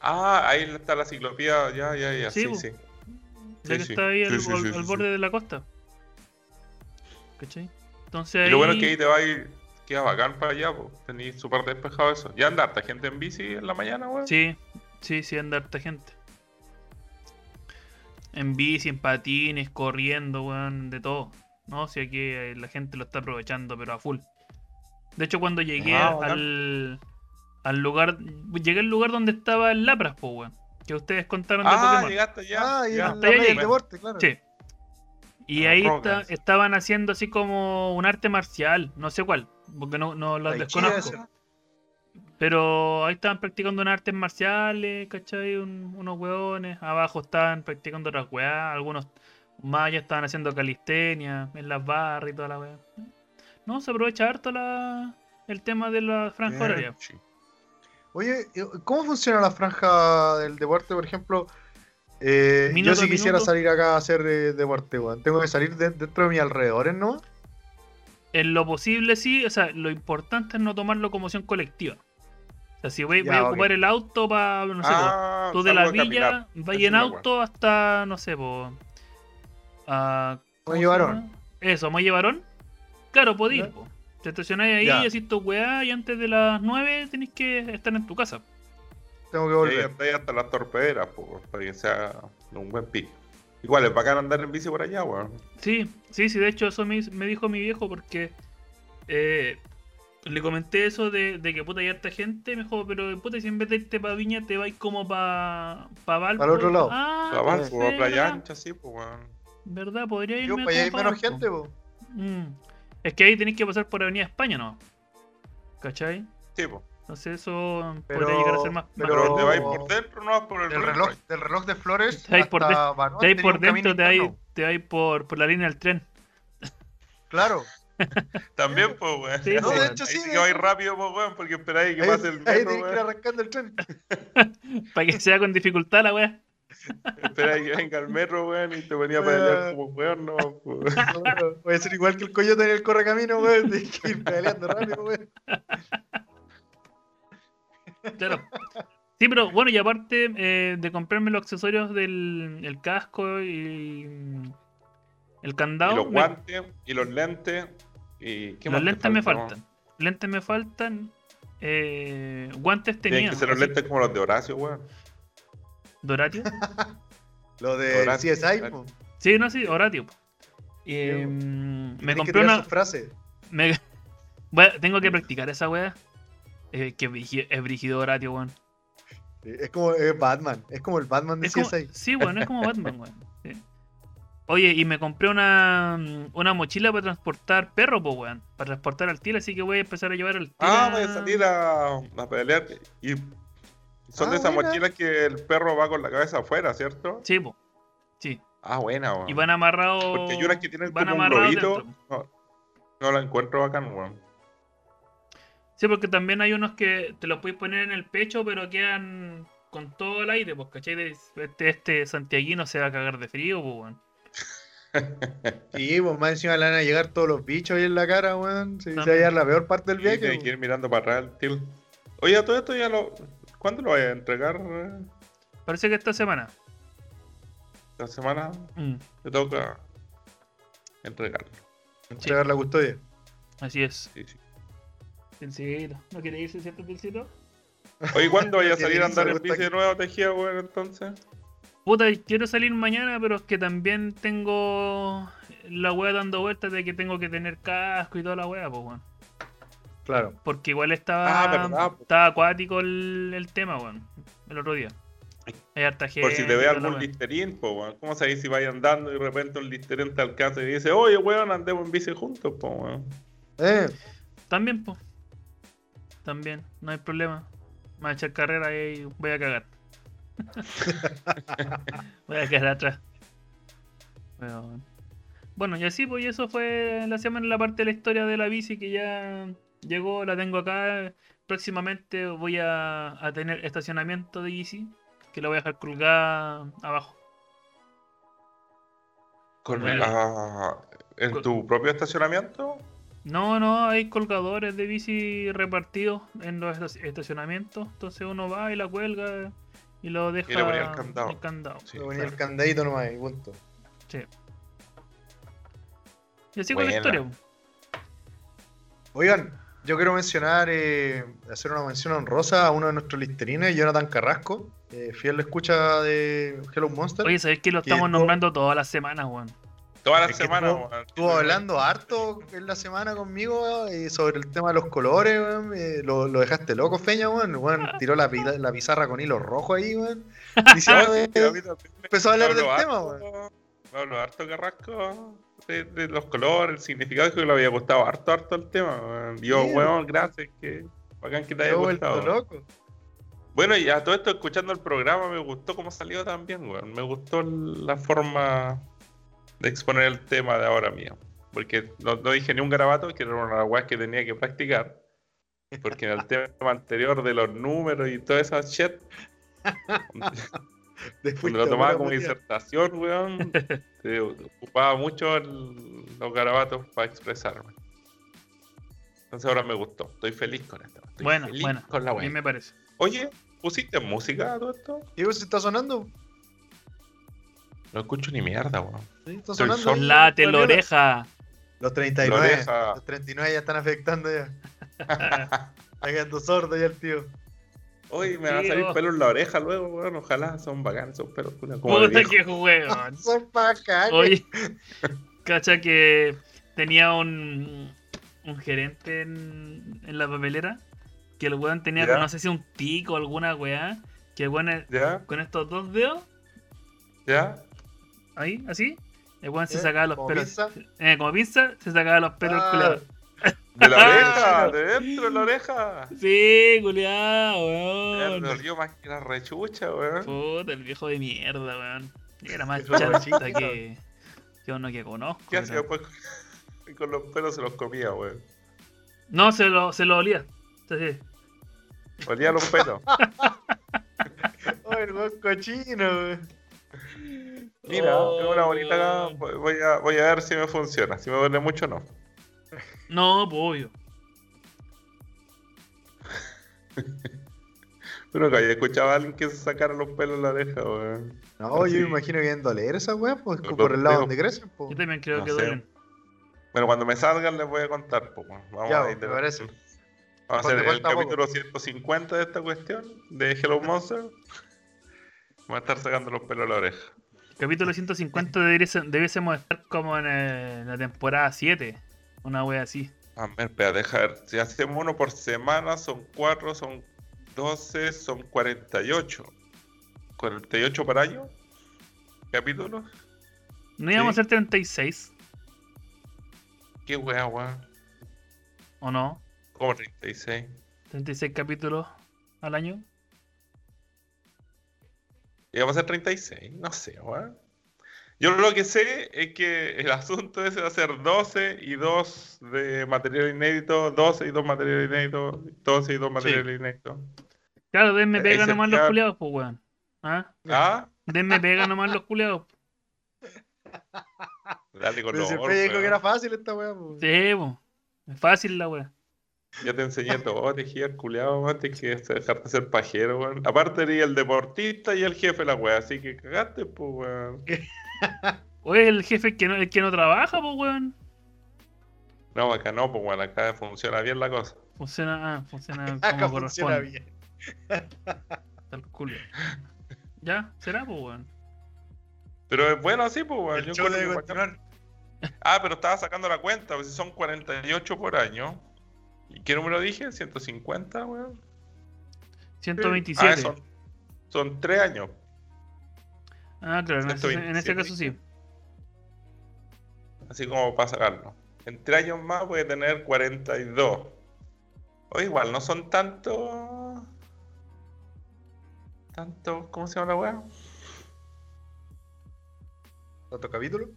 Ah, ahí está la ciclopía, ya, ya, ya,
Sí, pues.
sí,
po.
sí.
La que
Sí, sí.
está ahí al,
Sí, sí,
al-
sí, sí,
al
sí.
borde de la costa. ¿Cachai? Entonces
Y lo bueno es
ahí-
que ahí te va a ir, queda bacán para allá, pues. Tenís súper despejado eso. Ya anda harta gente en bici en la mañana, weón.
Sí, sí, sí, anda harta gente. En bici, en patines, corriendo, weón, de todo. No, si aquí eh, la gente lo está aprovechando, pero a full. De hecho, cuando llegué
Ah, bacán.
al, al lugar, llegué al lugar donde estaba el Lapras, po, weón. Que ustedes contaron de
Ah,
Pokémon.
llegaste ya.
Ah, y
ya.
en
Hasta
la
ahí
media del
llegué.
deporte, claro.
Sí. Y
Ah,
ahí
Rogans.
está- estaban haciendo así como un arte marcial, no sé cuál, porque no, no lo
Tai chi,
desconozco.
ese.
Pero ahí estaban practicando unas artes marciales, ¿cachai? Un- unos hueones. Abajo estaban practicando otras weas. Algunos mayas estaban haciendo calistenia en las barras y toda la wea. No, se aprovecha harto la, el tema de la franja horaria.
Bien, chi.
Oye, ¿cómo funciona la franja del deporte, por ejemplo? Eh,
Minuto
yo
a
si
minuto.
quisiera salir acá a hacer eh, deporte, weón. Tengo que salir de- dentro de mis alrededores, ¿no?
En lo posible sí, o sea, lo importante es no tomar locomoción colectiva. O sea, si voy,
Ya,
voy a
ok.
ocupar el auto para, no sé, po,
Ah,
tú de la
salgo a caminar.
villa, vas
Esa es
en
la wea.
auto hasta, no sé, po, a
Me
¿Cómo se
llevaron.
llama? Eso, ¿me llevaron? Claro, podís.
Ya.
po. Te estacionáis ahí
Ya.
y haces tu weá y antes de las 9 tenés que estar en tu casa.
Tengo que
Y
volver.
hasta ahí hasta las torpederas, po, para que sea un buen pico. Igual es bacán andar en bici por allá, weón.
Sí, sí, sí, de hecho eso me, me dijo mi viejo porque eh, le comenté eso de, de que puta hay harta gente, me dijo, pero puta, si en vez de irte pa' Viña te vais como pa, pa Valpo.
Al otro lado.
Ah,
La vas
sí,
por playa
¿verdad?
ancha, sí, pues, weón.
¿Verdad? Podría irme
Yo,
como
para allá hay
pa'
menos
Valpo.
gente, po.
Mm. Es que ahí tenés que pasar por Avenida España, ¿no? ¿Cachai?
Sí, pues.
Entonces eso
Pero-
podría llegar a ser más... más
pero-
Pero,
grande.
te vais por dentro, no vas por el
Del
reloj.
reloj, del reloj de Flores
Te vais por
hasta
dentro-
Banón
Te vais
tenía
por
un camino
dentro, te vais,
interno.
te vais por, por la línea del tren.
Claro.
También, pues, weón.
Sí,
no,
po,
de
weón.
hecho,
Ahí
sí.
sí
que
que
vais
sí.
rápido, pues, weón, porque esperáis que
ahí
pase el
ahí
metro,
tenés que ir
weón.
arrancando el tren.
Para que sea con dificultad la wea.
Esperáis que venga el metro, weón, y te venía para allá como, weón, no, pues.
No, Voy a ser igual que el coyote en el correcamino, weón. Tienes que ir pedaleando rápido, weón.
Claro. Sí, pero bueno, y aparte eh, de comprarme los accesorios del el casco y el- el candado,
Y los
me-
guantes, y los lentes, y... ¿qué más
los
te
lentes me
falta,
faltan. Lentes me faltan. eh, guantes
weón? Tienen
tenía.
que ser los
así-
lentes como los de Horacio, weón.
Doratio.
Lo de
Horacio,
CSI,
claro.
po.
Sí, no, sí, Horatio. po. Eh,
Sí,
me
Tenés que
compré
tirar
una,
sus frases.
Me- Bueno, tengo que practicar esa wea. Eh, que brigi- es brígido Horatio, weón.
Es como eh, Batman. Es como el Batman de
Es como-
CSI.
sí, weón, es como Batman, weón. Sí. Oye, y me compré una, mm, una mochila para transportar perro, po, weón. Para transportar al tira, así que voy a empezar a llevar al tira.
Ah, voy a salir a, a pelear. Y son
Ah,
de esas
buena.
mochilas que el perro va con la cabeza afuera, ¿cierto?
Sí, po. Sí.
Ah, buena, weón.
Y van amarrados.
Porque hay unas que tienen
van
como un
amarrados
globito.
dentro.
No, no la encuentro bacán, weón.
Sí, porque también hay unos que te los puedes poner en el pecho, pero quedan con todo el aire, pues, ¿cachai? De- Este, este santiaguino se va a cagar de frío, po, weón.
Sí, pues más encima le van a llegar todos los bichos ahí en la cara, weón. Sí, Se va a
También.
llegar la peor parte del
Y tiene
viaje.
que
weón.
ir mirando para atrás el til. Oye, a todo esto ya lo. ¿Cuándo lo voy a entregar? eh?
Parece que esta semana.
¿La semana?
Mm.
Yo tengo que entregarlo.
Se va a llegar la custodia.
Así es.
Sí, sí.
Tencito. ¿No quiere irse, cierto, Tencito?
Oye, ¿cuándo voy a salir a
Tiene que
andar en
saber
bici de
aquí.
nuevo, tejido, weón, entonces?
Puta, quiero salir mañana, pero es que también tengo la wea dando vueltas de que tengo que tener casco y toda la wea, pues, weón.
Claro.
Porque igual estaba,
Ah, verdad, po.
estaba acuático el, el tema, weón. El otro día. Hay harta
Por si
gente y
te ve
toda la
algún
wea.
listerín, po, weón. ¿Cómo sabéis si vais andando y de repente un listerín te alcanza y dice, oye, weón, andemos en bici juntos, po, weón?
Eh,
También, pues. También, no hay problema. Me voy a echar carrera y voy a cagar. voy a quedar atrás. Pero, bueno. bueno, y así, pues, y eso fue la semana, la parte de la historia de la bici que ya llegó, la tengo acá. Próximamente voy a, a tener estacionamiento de bici, que la voy a dejar colgada abajo.
Con
Bueno.
ah, ¿En
Con-
tu propio estacionamiento?
No, no, hay colgadores de bici repartidos en los estaci- estacionamientos. Entonces uno va y la cuelga Y lo deja.
Y le ponía el candado.
el candado.
Sí,
Le ponía
claro.
el candadito nomás y punto.
Sí. Y así
Buena.
con la historia.
Oigan, yo quiero mencionar, eh, hacer una mención honrosa a uno de nuestros listerines, Jonathan Carrasco, eh, fiel escucha de Hello Monster.
Oye, sabéis que lo
Que
estamos
esto-
nombrando todas las semanas, weón.
Ah, Todas las
Es que
semanas,
estuvo-
weón.
Estuvo hablando harto en la semana conmigo eh, sobre el tema de los colores, weón. eh, lo, lo dejaste loco, Feña, weón. Weón, tiró la, pila- la pizarra con hilo rojo ahí, weón. Y se-
No, sí, pero a mí también me-
empezó a hablar
me habló
del tema,
harto, Me habló harto Carrasco de, de los colores, el significado, que le había gustado harto, harto el tema. weón. Yo,
Sí.
weón, gracias, que bacán que te haya
quedó vuelto
gustado.
loco.
Bueno, y a todo esto, escuchando el programa, me gustó cómo salió también, weón. Me gustó la forma de exponer el tema de ahora mío. Porque no, no dije ni un garabato, que era una weá que tenía que practicar. Porque en el tema anterior de los números y toda esa shit,
Después
cuando lo tomaba como disertación, weón, te ocupaba mucho el- los garabatos para expresarme. Entonces ahora me gustó. Estoy feliz con esto. Estoy
Bueno,
feliz
bueno.
con la
A mí
weá.
me parece.
Oye, ¿pusiste música a todo esto?
Digo, ¿se está sonando?
No escucho ni mierda, weón.
Sí, está
Estoy
sonando.
solo.
ahí,
Late la
Mariana.
oreja.
Los
La
39.
oreja.
Los 39 ya están afectando ya. Está quedando sordo ya el tío.
Hoy me van a
Sí,
salir
vos.
pelos en la oreja luego, weón. Ojalá son bacanes esos pelos, culiao, como de
Puta
viejo.
que weón.
Son ¿Eh? bacanes.
Oye, cacha que tenía un, un gerente en, en la papelera que el weón tenía,
Ya.
no sé si un tico o alguna weá, que el weón eh,
¿Ya?
con estos dos dedos,
¿Ya?
ahí, así, el weón se
¿Eh?
sacaba los
¿Como
pelos.
pizza?
eh, como pinza, se sacaba los pelos
Ah.
el culiao.
¿De la
Ah,
oreja? ¿De dentro de la oreja?
Sí, culiao,
Ya, Me
weón.
dolió más que la rechucha, weón.
Puta, el viejo de mierda, weón. Era más
Viejo
chanchita
machista.
que, que uno que conozco.
¿Qué hacía
weón.
después con- con los pelos? Se los comía, weón.
No, se lo, se lo olía. Entonces,
Olía los pelos.
Oye, Ah, oh, el weón cochino, weón.
Mira,
Oh,
tengo una bonita acá.
weón.
Voy a, voy a ver si me funciona. Si me duele mucho, no.
No, pues obvio.
Pero que haya escuchado a alguien que se sacara los pelos en la oreja, weón.
No,
Así.
yo me imagino que deben doler esas weas, pues,
Los
por el lado
dedos.
donde crecen, pues.
Yo también creo
No
que
sé.
duelen.
Bueno, cuando me salgan les voy a contar, pues, weón. Vamos
Ya,
a
me
ir de-
parece.
Vamos a hacer
Porque
el
falta poco.
capítulo 150 de esta cuestión de Hello Monster. Va a estar sacando los pelos a la oreja.
Capítulo 150 debiese- debiésemos estar como en, eh, la temporada 7. Una wea así.
A ver, espera, deja ver. Si hacemos uno por semana, son 4, son 12, son 48. 48 por año. Capítulos.
¿No íbamos
Sí.
a ser 36?
Qué wea, wea.
¿O no?
Como 36.
¿36 capítulos al año?
Llegamos a ser 36. No sé, wea. Yo lo que sé es que el asunto ese de hacer 12 y 2 de material inédito, 12 y 2 material inédito, 12 y 2 material inédito.
Claro, denme
Eh,
pega
ese
nomás los
día-
culeados, pues weón. ¿Ah?
Ah,
Denme pega nomás los culeados.
dale con
Pero
los
siempre dijo que era fácil esta wea, pues.
Sí, po. Es fácil la wea.
Ya te enseñé todo, te dije, culiado, weón, tienes que dejarte ser pajero, weón. Aparte eres el deportista y el jefe de la weá, así que cagaste, pues, weón.
O es el jefe que no, el que no trabaja, pues weón.
No, acá no, pues, weón, acá funciona bien la cosa.
Funciona, ah, funciona
Acá
como
funciona
corresponde.
bien.
Tal culo. ¿Ya? ¿Será, pues weón?
Pero es bueno así, pues, weón.
El
yo
show
encuentro
debe
que bacán.
continuar.
Ah, pero estaba sacando la cuenta, pues si son 48 por año. ¿Y qué número dije? ¿150, weón? Sí. Ah,
127.
son, son 3 años.
Ah, claro, en ese- en este
127.
caso sí.
Así como para sacarlo. En tres años más voy a tener 42. O igual, no son tanto. Tanto. ¿Cómo se llama la weá?
¿Otro capítulo?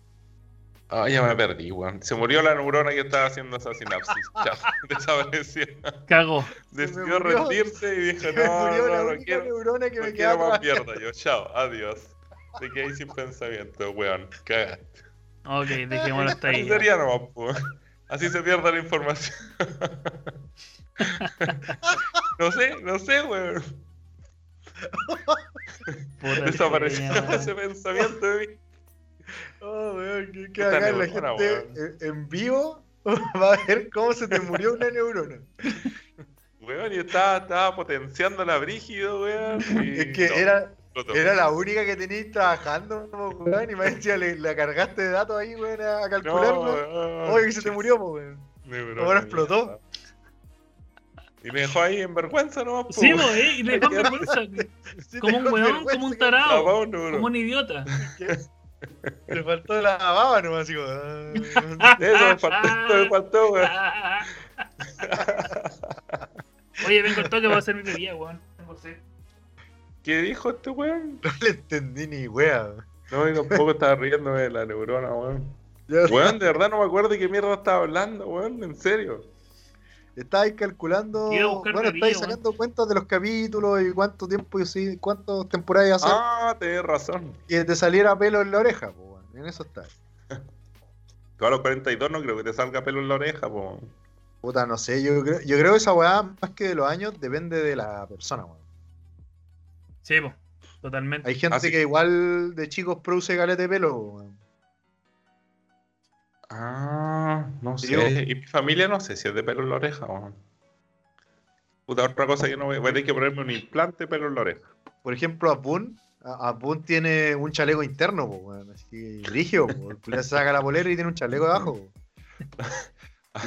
Ah, ya me perdí, weón. Se murió la neurona que estaba haciendo esa sinapsis. Chao. Desapareció.
Cago.
Decidió
murió.
rendirse y dijo:
Se
No,
me murió la
no, no
única
quiero.
neurona que
No
me
quiero
quedaba.
más mierda yo. Chao, adiós. Te quedé ahí sin pensamiento, weón. Cagaste.
Ok, dejémoslo hasta ahí.
Así
ya.
sería nomás, po. Así se pierde la información. no sé, no sé, weón.
Puta
Desapareció
que mierda.
ese pensamiento de mí.
Oh, weón, qué, qué
Puta
bacán, la
neurona,
gente en, en vivo va a ver cómo se te murió una neurona.
Weón, y estaba, estaba potenciando la brígido, weón. y
Es que
no,
era,
explotó.
era la única que tenías trabajando, po, weón, y me decía, le, la cargaste de datos ahí, weón, a a
No,
calcular, weón.
weón,
Oye, que se te murió, po, weón.
neurona,
ahora explotó.
mierda. Y me dejó ahí en vergüenza nomás. po,
Sí,
weón.
vos, eh, y le dan vergüenza.
Sí,
Como un
tengo
weón,
vergüenza
como un
que-
tarado,
Lavado un neurona.
como un idiota.
Le faltó la baba nomás, así como, ah.
Eso me faltó, eso me faltó, weón.
Oye, vengo al toque, voy a hacer mi bebida, weón. Tengo sed.
¿Qué dijo este weón?
No le entendí ni wea.
No, y tampoco estaba riéndome de la neurona, weón.
Yo
Weón, de verdad no me acuerdo de qué mierda estaba hablando, weón, en serio.
estáis calculando.
Quiero buscar
Bueno,
bebida,
estáis
weón.
sacando cuentas de los capítulos y cuánto tiempo y sí, cuántas temporadas iba a hacer
Ah, tenés razón.
que te saliera pelo en la oreja, po, weón. En eso está.
Tú a los 42 no creo que te salga pelo en la oreja, po.
Puta, no sé, yo creo, yo creo que esa weá, más que de los años, depende de la persona, weón.
Sí, po, totalmente.
Hay gente
Ah, sí.
que igual de chicos produce galete de pelo, weón.
Ah, no
Sí,
sé.
weón.
Y mi familia no sé si es de pelo en la oreja, weón. Puta, otra cosa que no voy voy a tener que ponerme un implante de pelo en la oreja.
Por ejemplo, Abun, a- Abun tiene un chaleco interno, po, weón, así rígido, po. El culiao se saca la polera y tiene un chaleco abajo. po.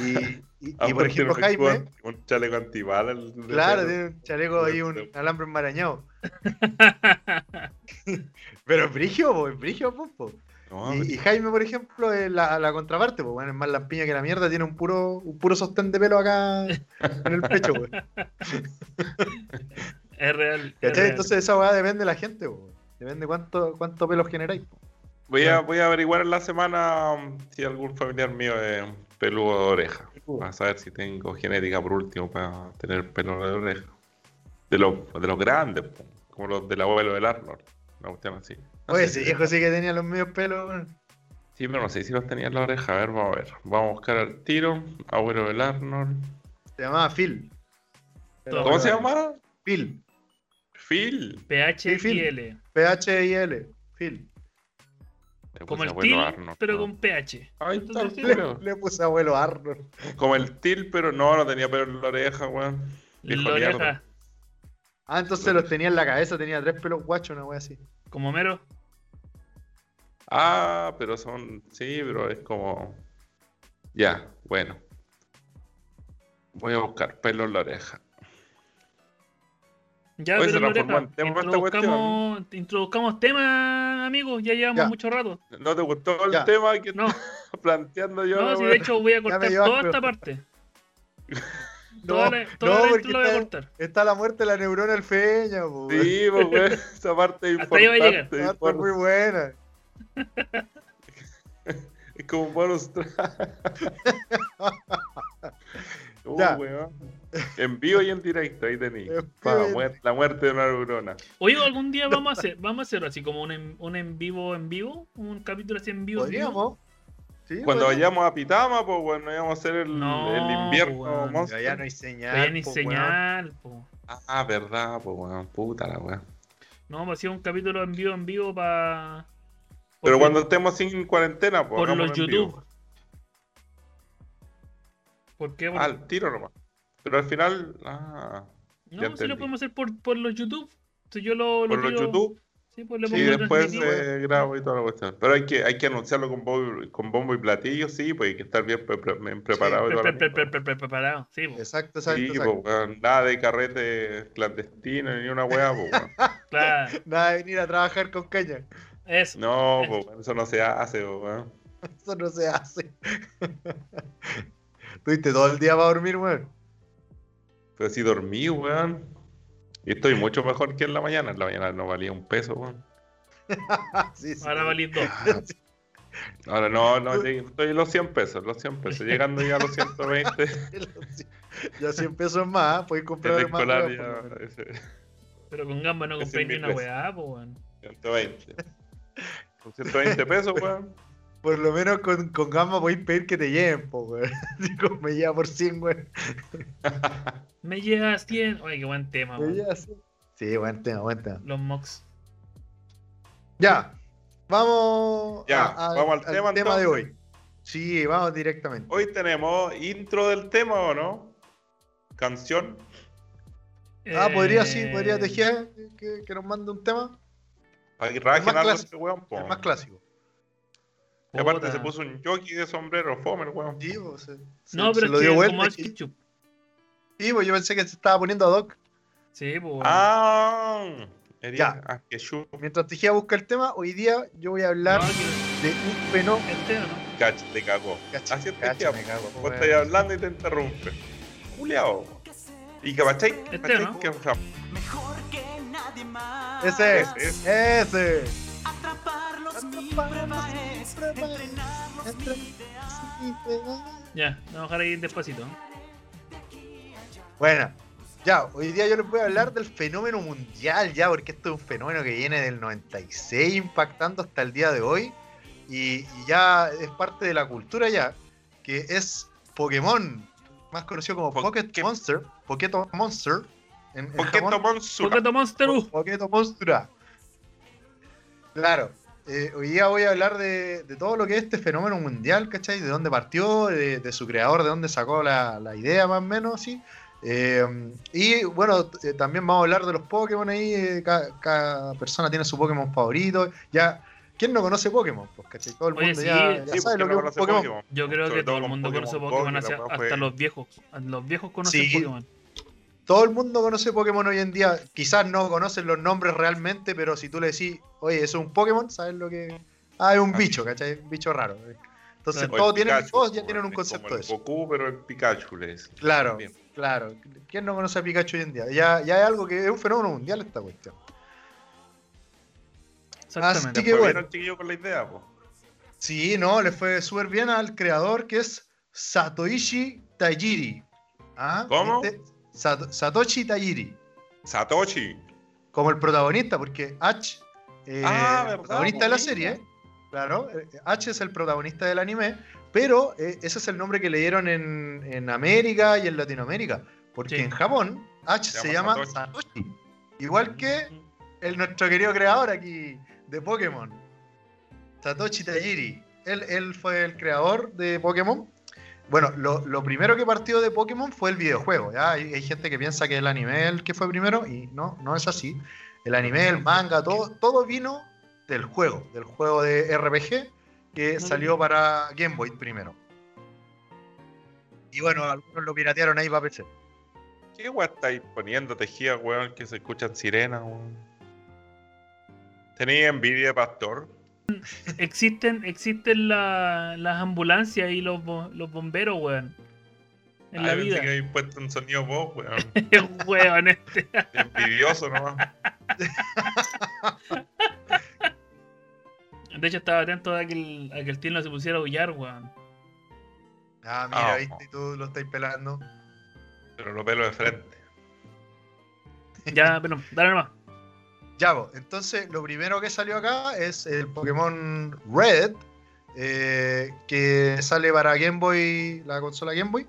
Y, y-
Ah,
y, por
porque
ejemplo,
tiene un-
Jaime,
Un chaleco antibalas. de
claro,
pelo.
tiene un chaleco ahí, un alambre enmarañado. Pero es brígido, po, es brígido, po, po.
No,
Y, y Jaime, por ejemplo, es la, la contraparte, pues bueno, es más lampiña que la mierda, tiene un puro, un puro sostén de pelo acá en el pecho, weón.
Es real. es
¿Cachai?
real.
Entonces esa weá depende de la gente, po. Depende cuánto, cuánto pelo generáis. po.
Voy a, voy a averiguar en la semana um, si algún familiar mío es peludo de oreja. Para saber si tengo genética por último para tener pelo de oreja. De los, de los grandes, po, como los del abuelo del Arnold. Una cuestión así. No
Oye,
sé
ese
si-
viejo sí que tenía los medios pelos, weón.
Sí, pero no sé si los tenía en la oreja. A ver, vamos a ver. Vamos a buscar al tiro. Abuelo del Arnold.
Se llamaba Phil.
¿Cómo
¿Cómo
Abuelo
se llama?
Phil.
Phil.
Sí, Phil.
PHIL.
P-H-I-L. Phil.
Le
Como
puse
el
abuelo
til,
Arnold,
pero
¿no?
con PH.
Ahí está el
Entonces,
Le,
tiro.
le puse abuelo Arnold.
Como el til, pero no, no tenía pelo en la oreja, weón. Viejo
La oreja,
mierda.
Ah, entonces los tenía en la cabeza, tenía tres pelos guachos, una wea así.
como mero.
Ah, pero son. Sí, pero es como. Ya, bueno. Voy a buscar pelo en la oreja.
Ya,
Oye,
pero
se
la
transformó
oreja.
en tema esta
Introduzcamos, introduzcamos temas, amigos. Ya llevamos
Ya.
mucho rato.
¿No te gustó el
Ya.
tema que
No,
estaba planteando yo?
no, si de
weón?
hecho voy a cortar
llevas,
toda
pero-
esta parte.
No,
Toda la, toda
no,
la
porque
intro la voy a
está-
cortar.
Está la muerte de la neurona del feña, po, weón.
Sí, pues, weón, esa parte es
Hasta ahí va a llegar.
importante.
Ah, está
importante.
muy buena.
Es como un bonus track. Uh,
Ya.
weón. En vivo y en directo, ahí tení.
En
Pa,
vivo y en
muer- la muerte de una neurona.
Oye, algún día vamos a hacer, vamos a hacer así como un en, un en vivo en vivo, un capítulo así en vivo. en vivo.
Podríamos. Sí,
Cuando
podríamos.
vayamos a Pitama, pues bueno, íbamos a hacer el,
No,
el invierno
weón,
monster.
Pero ya no hay
Pero ya
señal.
ni
po, weón.
señal, po.
Ah, verdad, pues weón, puta la weón.
No, vamos a hacer un capítulo en vivo en vivo para.
Pero cuando estemos sin cuarentena, pues
Por
hagámoslo
los
en
YouTube.
vivo.
¿Por qué? Por-
Al tiro nomás. Pero al final, ah, ya
no, sí
entendí.
lo podemos hacer por, por los YouTube. Si yo lo, lo
por los
tiro-
YouTube
Sí, pues lo
Sí,
y
pongo a
después
transmitir.
transmitimos.
eh, grabo y toda la cuestión. Pero hay que, hay que anunciarlo con bombo, con bombo y platillo, sí, pues hay que estar bien pre- pre- bien preparado y
Pre-
toda la
pre- pre-
mierda.
pre- pre- Preparado, sí, pues,
Exacto, exacto.
Sí,
exacto.
pues, weón, nada de carrete clandestino ni una weá, pues, weón.
claro.
Nada de venir a trabajar con caña.
Eso.
No, pues, weón, eso no se hace, pues, weón.
Eso no se hace. Tuviste todo el día para dormir, weón.
Pero si dormí, weón. Y estoy mucho mejor que en la mañana. En la mañana no valía un peso, weón.
Ah, Sí, sí.
Ahora valís dos.
Ah. Ahora no, no, llegué- estoy en los 100 pesos, los 100 pesos. Llegando ya a los 120,
Ya 100 pesos más, ¿ah? podéis comprar
el
más.
escolar
weón, por lo menos.
ya. ese,
Pero con gamba no
Ese
compré
es
ni
mi
una
peso.
weá, pues, weón.
120. Con 120 pesos, weón.
Por lo menos con, con gamba podéis pedir que te lleven, po, weón. Así como me lleva por 100, weón.
Me llevas 100. Oye, qué buen tema,
Me
weón.
lleva 100. Sí, buen tema, buen tema.
Los mocks.
Ya, vamos,
Ya,
a- a-
vamos al tema,
de
entonces.
hoy. Sí, vamos directamente.
Hoy tenemos intro del tema o no? Canción.
Ah, podría
Eh,
sí, podría tejer que, que nos mande un tema.
Para que trabajen
más
algo
clásico,
este weón, po.
El más clásico.
Y aparte
puta.
se puso un jockey de sombrero, Fomer, weón.
Sí, pues, se- se-
No,
se
pero
lo
es que
dio
es
vuelta.
como el
Sí,
ketchup.
pues, yo pensé que se estaba poniendo ad hoc.
Sí, pues.
Ah,
Ya.
ya. Ah, que chu-
Mientras Tejía busca el tema, hoy día yo voy a hablar
No, que-
de un fenómeno.
este no.
Cacha, te cagó.
Cacha,
Así es
cacha,
que
me cago,
Vos
weón.
estás hablando y te interrumpe. Juliao. Y que cachai,
Este,
cachai
¿no?
que, o sea,
Mejor que nadie más.
Ese es,
Ese es.
ese.
Atraparlos, mi
Atraparlos,
prueba
mi
es.
prueba es.
Entrenarlos, mi ideal.
Ya, vamos a dejar ahí despacito.
Bueno, ya, hoy día yo les voy a hablar del fenómeno mundial, ya, porque esto es un fenómeno que viene del 96 impactando hasta el día de hoy y, y ya es parte de la cultura ya, que es Pokémon, más conocido como
Po-
Pocket
que-
Monster, Pocket Monster, en, en Japón.
Poqueto Monsura.
Pokémon Monster uh, U.
Poqueto Monstra. Claro. eh, hoy día voy a hablar de, de todo lo que es este fenómeno mundial, ¿cachai? De dónde partió, de, de su creador, de dónde sacó la, la idea, más o menos, ¿sí? Eh, y bueno, t- eh, también vamos a hablar de los Pokémon ahí. eh, ca- cada, persona tiene su Pokémon favorito. Ya, ¿quién no conoce Pokémon? Pues, ¿cachai? Todo el
Oye,
mundo
sí,
ya, ya
Sí,
sabe
porque
lo
no
que es un
conoce
Pokémon.
Pokémon.
Yo creo
Sobre
que todo el
con
mundo conoce
Go,
Pokémon,
que
hacia-
la weá
hasta
fue-
los viejos. Los viejos conocen
Sí.
Pokémon.
Todo el mundo conoce Pokémon hoy en día. Quizás no conocen los nombres realmente, pero si tú le decís, oye, es un Pokémon, ¿sabes lo que.? Ah, es un
Ah,
bicho, ¿cachai? Un bicho raro. Entonces,
Claro.
O el
todos, tienen,
Pikachu,
todos ya
weón,
tienen un
es
concepto
como
de
el
eso.
Goku, pero el Pikachu le dicen.
Claro,
Bien.
claro. ¿Quién no conoce a Pikachu hoy en día? Ya, ya es algo que es un fenómeno mundial esta cuestión.
Exactamente.
Así que
Fue
bueno.
bien el chiquillo con la idea, po.
Sí, no, le fue súper bien al creador que es Satoishi Tajiri. ¿Ah?
¿Cómo?
¿viste? Sato- Satoshi Tajiri.
Satoshi.
como el protagonista, porque H, eh,
Ah,
el
verdad,
protagonista de la
bonita.
serie, claro, eh, H es el protagonista del anime, pero eh, ese es el nombre que le dieron en, en América y en Latinoamérica, porque
Sí.
en Japón H
Se
se
llama
llama Satoshi, igual que el, nuestro querido creador aquí de Pokémon, Satoshi Tajiri. Él, él fue el creador de Pokémon. Bueno, lo, lo primero que partió de Pokémon fue el videojuego. ¿ya? Hay, hay gente que piensa que el anime es el que fue primero y no, no es así. El anime, el manga, todo, todo vino del juego, del juego de RPG que salió para Game Boy primero. Y bueno, algunos lo piratearon ahí para PC.
¿Qué weá estáis poniendo tejida, weón, que se escuchan sirenas, weón? ¿Tenéis envidia, pastor?
Existen, existen la- las ambulancias y los, bo- los bomberos, weón. En
Ah,
la
yo pensé
vida.
que habéis puesto un sonido vos, weón.
Weón, eh.
Envidioso nomás.
De hecho, estaba atento a que el, a que el Tim no se pusiera a aullar, weón.
Ah, mira,
Ah.
viste, tú lo estáis pelando.
Pero lo pelo de frente.
Ya, perdón, dale nomás.
Ya, po. entonces lo primero que salió acá es el Pokémon Red, eh, que sale para Game Boy, la consola Game Boy,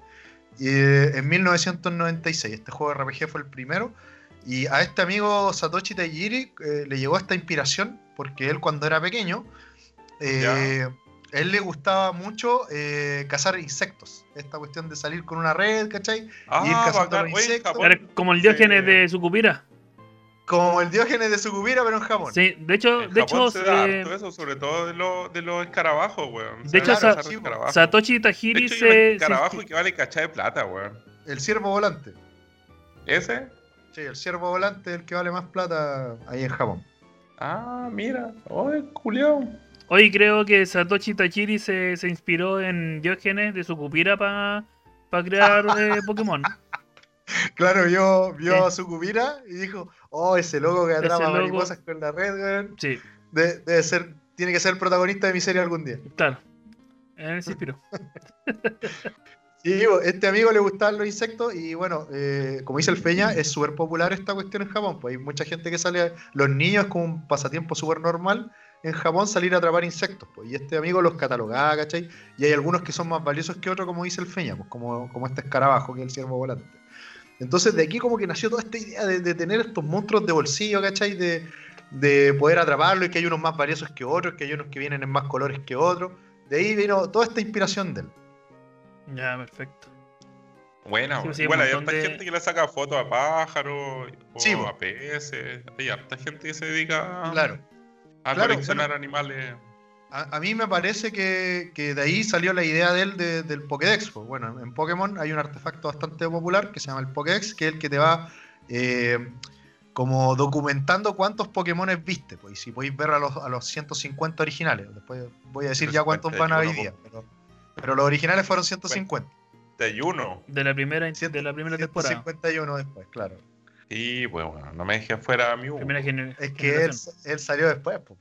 y, eh, en 1996. Este juego de RPG fue el primero. Y a este amigo Satoshi Tajiri eh, le llegó esta inspiración, porque él cuando era pequeño, eh, a él le gustaba mucho eh, cazar insectos. Esta cuestión de salir con una red, ¿cachai? Y el
Ah,
cazador
bacán,
de
oye, en
insectos.
Japón.
Eres como el Diógenes
eh,
de Sucupira.
Como el diógenes de Sucupira, pero en Japón.
Sí, de hecho,
En
de
Japón
hecho,
se da
eh,
harto eso, sobre todo de, lo- de los escarabajos, weón.
De
Se
hecho,
habla de
Sa-
cazar
sí,
escarabajos.
Satoshi
De
Tajiri
hecho, hay un
se.
escarabajo
se-
que vale cachá de plata, weón.
El ciervo volante.
¿Ese?
Sí, el ciervo volante es el que vale más plata ahí en Japón.
Ah, mira. Oye, culiao.
Hoy creo que Satoshi Tajiri se, se inspiró en Diógenes de Sucupira para crear eh, Pokémon.
Claro, vio,
Sí.
vio a Sukubira y dijo, oh, ese loco que
Ese
atrapa
loco.
mariposas con la red, weón,
Sí,
de- debe ser, tiene que ser el protagonista de mi serie algún día.
claro. En él se inspiró.
Sí, este amigo le gustaban los insectos y bueno, eh, como dice el Feña, es súper popular esta cuestión en Japón. Pues hay mucha gente que sale, los niños es como un pasatiempo súper normal en Japón salir a atrapar insectos. Pues, y este amigo los catalogaba, ¿cachai? Y hay algunos que son más valiosos que otros, como dice el Feña, pues, como, como este escarabajo que es el ciervo volante. Entonces de aquí como que nació toda esta idea de, de tener estos monstruos de bolsillo, ¿cachai? De, de poder atraparlo y que hay unos más valiosos que otros, que hay unos que vienen en más colores que otros. De ahí vino toda esta inspiración de él.
Ya, perfecto.
Buena,
Sí,
weón.
sí,
igual
un
hay
montón
harta
de-
gente que le saca fotos a pájaros, o
Sí, po.
a peces. Hay harta gente que se dedica a-
Claro.
a
Claro,
coleccionar animales.
A, a mí me parece que, que de ahí salió la idea de él de- del Pokédex. pues. Bueno, en Pokémon hay un artefacto bastante popular que se llama el Pokédex, que es el que te va eh, como documentando cuántos Pokémones viste. Pues, y si podéis ver a los, a los 150 originales. Después voy a decir ya cuántos van a hoy día. Pero, pero los originales fueron 150.
De ayuno.
De la primera, de la primera temporada.
151 después, claro.
Sí, pues bueno, no me dejé fuera a mí.
Primera gener-
Es que él,
generación.
él salió después. pues.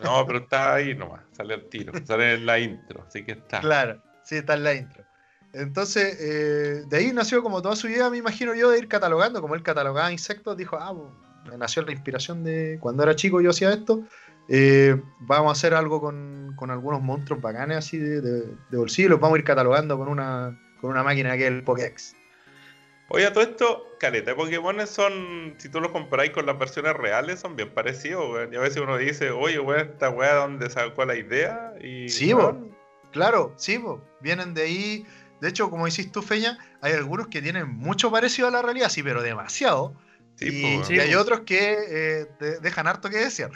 No, pero está ahí nomás, sale el tiro, sale en la intro, así que está.
Claro, sí, está en la intro. Entonces, eh, de ahí nació como toda su idea, me imagino yo, de ir catalogando. Como él catalogaba insectos, dijo, ah, bo- me nació la inspiración de cuando era chico yo hacía esto. eh, vamos a hacer algo con, con algunos monstruos bacanes así de, de- de bolsillo, los vamos a ir catalogando con una, con una máquina que es el Pokédex.
Oye, a todo esto, caleta de Pokémon son, si tú los comparáis con las versiones reales, son bien parecidos, weón. Y a veces uno dice, oye, weón, esta weá, ¿dónde sacó la idea? Y,
Sí,
weón,
Claro, sí, po, vienen de ahí. De hecho, como decís tú, Feña, hay algunos que tienen mucho parecido a la realidad, sí, pero demasiado.
Sí,
y,
po, weón.
y hay otros que eh, te dejan harto que desear.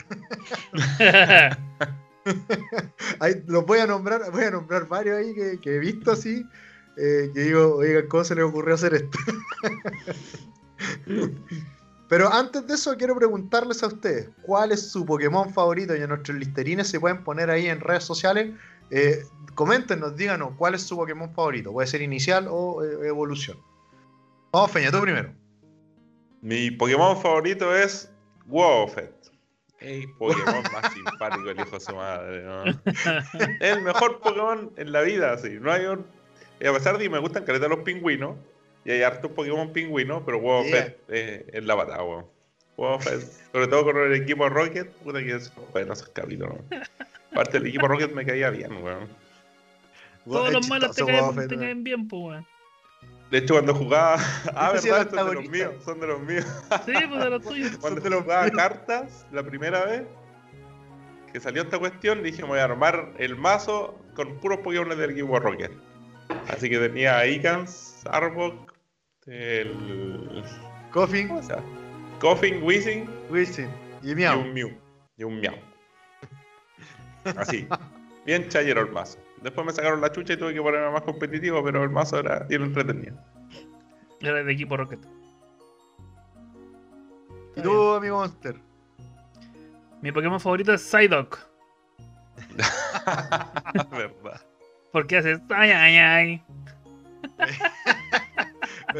Ahí los voy a nombrar, voy a nombrar varios ahí que, que he visto así, eh, que digo, oiga, ¿cómo se les ocurrió hacer esto? Pero antes de eso quiero preguntarles a ustedes, ¿cuál es su Pokémon favorito? Y a nuestros listerines se pueden poner ahí en redes sociales. Eh, coméntenos, díganos cuál es su Pokémon favorito. Puede ser inicial o eh, evolución. Vamos, Feña, tú primero.
Mi Pokémon favorito es Wobbuffet. El Pokémon más simpático, el hijo de su madre, ¿no? el mejor Pokémon en la vida, sí. No hay un... y a pesar de que me gustan caleta los pingüinos, y hay hartos Pokémon pingüinos, pero Wobbuffet eh, es la patada, weón. Wobbuffet, sobre todo con el equipo Rocket, puta que es bueno esos cabritos, ¿no? Aparte el equipo Rocket me caía bien, weón.
Todos
Es
los malos te
chistoso,
caen,
Wobbuffet,
te
¿no?
caen bien, pues, weón.
De hecho cuando jugaba... Ah,
Ese sí
verdad, son
era
de los
antagonista.
míos, son de los míos.
Sí, pues de los tuyos.
Cuando te jugaba cartas la primera vez que salió esta cuestión, dije me voy a armar el mazo con puros Pokémon del equipo Rocket. Así que tenía a Icans, Arbok, el.
Coffin,
¿Cómo se llama? Coughing, Wheezing
Wilson y
y
Miau.
un Mew. Y un Miau. Así. Bien chayero el mazo. Después me sacaron la chucha y tuve que ponerme más competitivo, pero el mazo era bien entretenido.
Era de equipo Rocket.
Y tú, amigo Monster.
Mi Pokémon favorito es Psyduck.
¿Verdad?
Porque haces ay, ay, ay.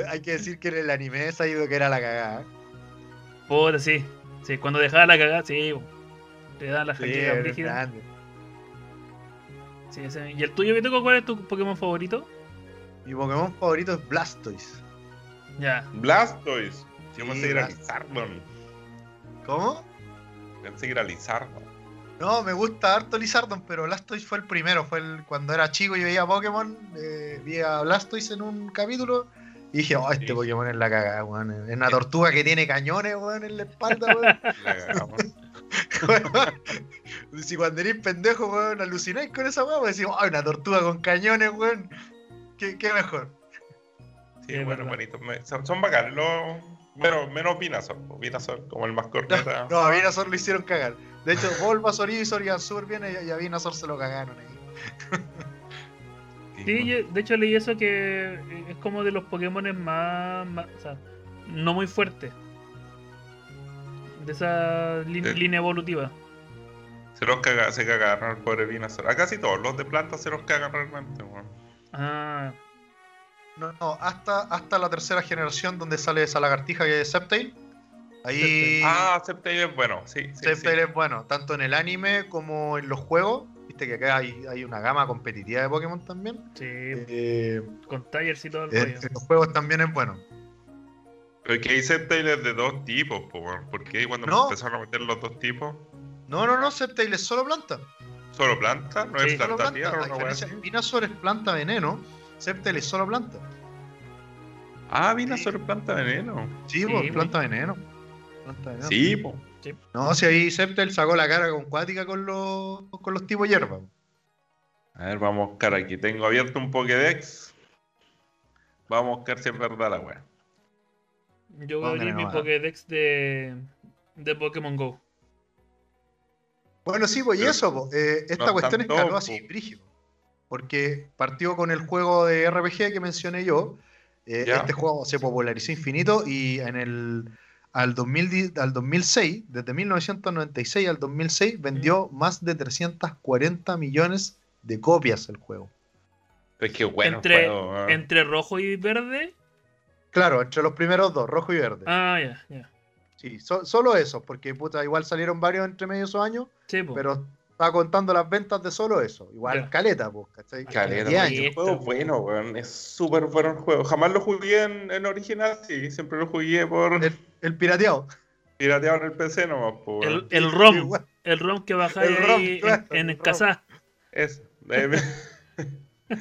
Hay que decir que en el anime se ha ido que era la cagada. ¿eh?
Puta, sí. Sí, cuando dejaba la cagada, sí, po. Te dan la
Sí,
fallida
era
brígida.
grande.
Sí, ese- ¿Y el tuyo, Vitoco, cuál es tu Pokémon favorito?
Mi Pokémon favorito es Blastoise.
Ya.
Blastoise. Yo
Sí,
pensé que era
Blastoise.
Lizardon.
¿Cómo?
Pensé que era Lizardon.
No, me gusta harto Lizardon, pero Blastoise fue el primero. Fue el, cuando era chico y veía Pokémon, eh, vi a Blastoise en un capítulo y dije, oh, este
Sí.
Pokémon es la cagada, weón. Es una tortuga que tiene cañones, weón, en la espalda, weón.
La cagamos.
si cuando eres pendejo, weón, alucináis con esa weón, decís, oh, una tortuga con cañones, weón. ¿Qué, qué mejor?
Sí,
Es
bueno,
verdad.
bonito. Me- Son, son bacanes. Los, bueno, menos Vinazor. pues, Vinazor, como el más corto. está-
No, a Vinazor lo hicieron cagar. De hecho, Bulbasaur y Ivysaur iban súper bien y- y a Vinazor se lo cagaron ahí.
Sí, yo, de hecho leí eso que eh, es como de los Pokémon más, más- O sea, no muy fuerte. De esa lin-
Sí.
línea evolutiva.
Se los caga, se cagaron el pobre Vinazor. A casi todos los de planta se los cagan realmente. weón.
Ah,
No, no, hasta, hasta la tercera generación donde sale esa lagartija que es Sceptile. Ahí
Ah, Sceptile es bueno. Sí, sí, sí.
Sceptile es bueno, tanto en el anime como en los juegos. Viste que acá hay, hay una gama competitiva de Pokémon también.
sí,
Eh,
con Tigers y todo el
en,
rollo.
en los juegos también es bueno.
Pero es que hay Sceptile de dos tipos. po, weón, Porque cuando
No.
empezaron a meter los dos tipos,
No, no, no, Sceptile es solo planta.
solo planta, no
Sí.
es
Solo
planta
planta.
tierra,
A
una weá
diferencia,
así.
Venusaur es planta veneno, Sceptile es solo planta.
Ah, Vinazor es planta veneno.
Sí, po,
Sí,
planta veneno. Planta veneno.
Sí, pues. po.
Sí.
No, si ahí Septel sacó la cara con cuática con los, con los tipos hierba.
A ver, vamos a buscar aquí. Tengo abierto un Pokédex. Vamos a buscar si es verdad la weá.
Yo voy a abrir
Póngale
mi
nomás.
Pokédex de, de Pokémon Go.
Bueno, sí, pues y
Pero-
eso, po, eh, esta
No
cuestión
tanto,
escaló
po.
así, brígido. Porque partió con el juego de RPG que mencioné yo. eh,
Ya.
este juego se popularizó infinito y en el al, 2000 al 2006, desde 1996 al 2006, vendió
Mm.
más de 340 millones de copias el juego.
Es que bueno,
Entre-
juego, weón.
Entre rojo y verde.
Claro, entre los primeros dos, rojo y verde.
Ah, ya, ya.
Sí, so- solo eso, porque puta, igual salieron varios entre medio esos años,
Sí, po.
pero estaba contando las ventas de solo eso. Igual
Ya.
caleta, pues, ¿cachai?
Caleta,
10
weón.
años.
El juego es bueno, weón. Es súper bueno el juego. Jamás lo jugué en, en original, sí. Siempre lo jugué por
El, el pirateado.
pirateado en el PC nomás, po, weón.
el, el ROM.
Igual.
El ROM que bajáis
El ROM,
ahí
claro,
en, en
el ROM.
Escazá.
Eso. Eh, me-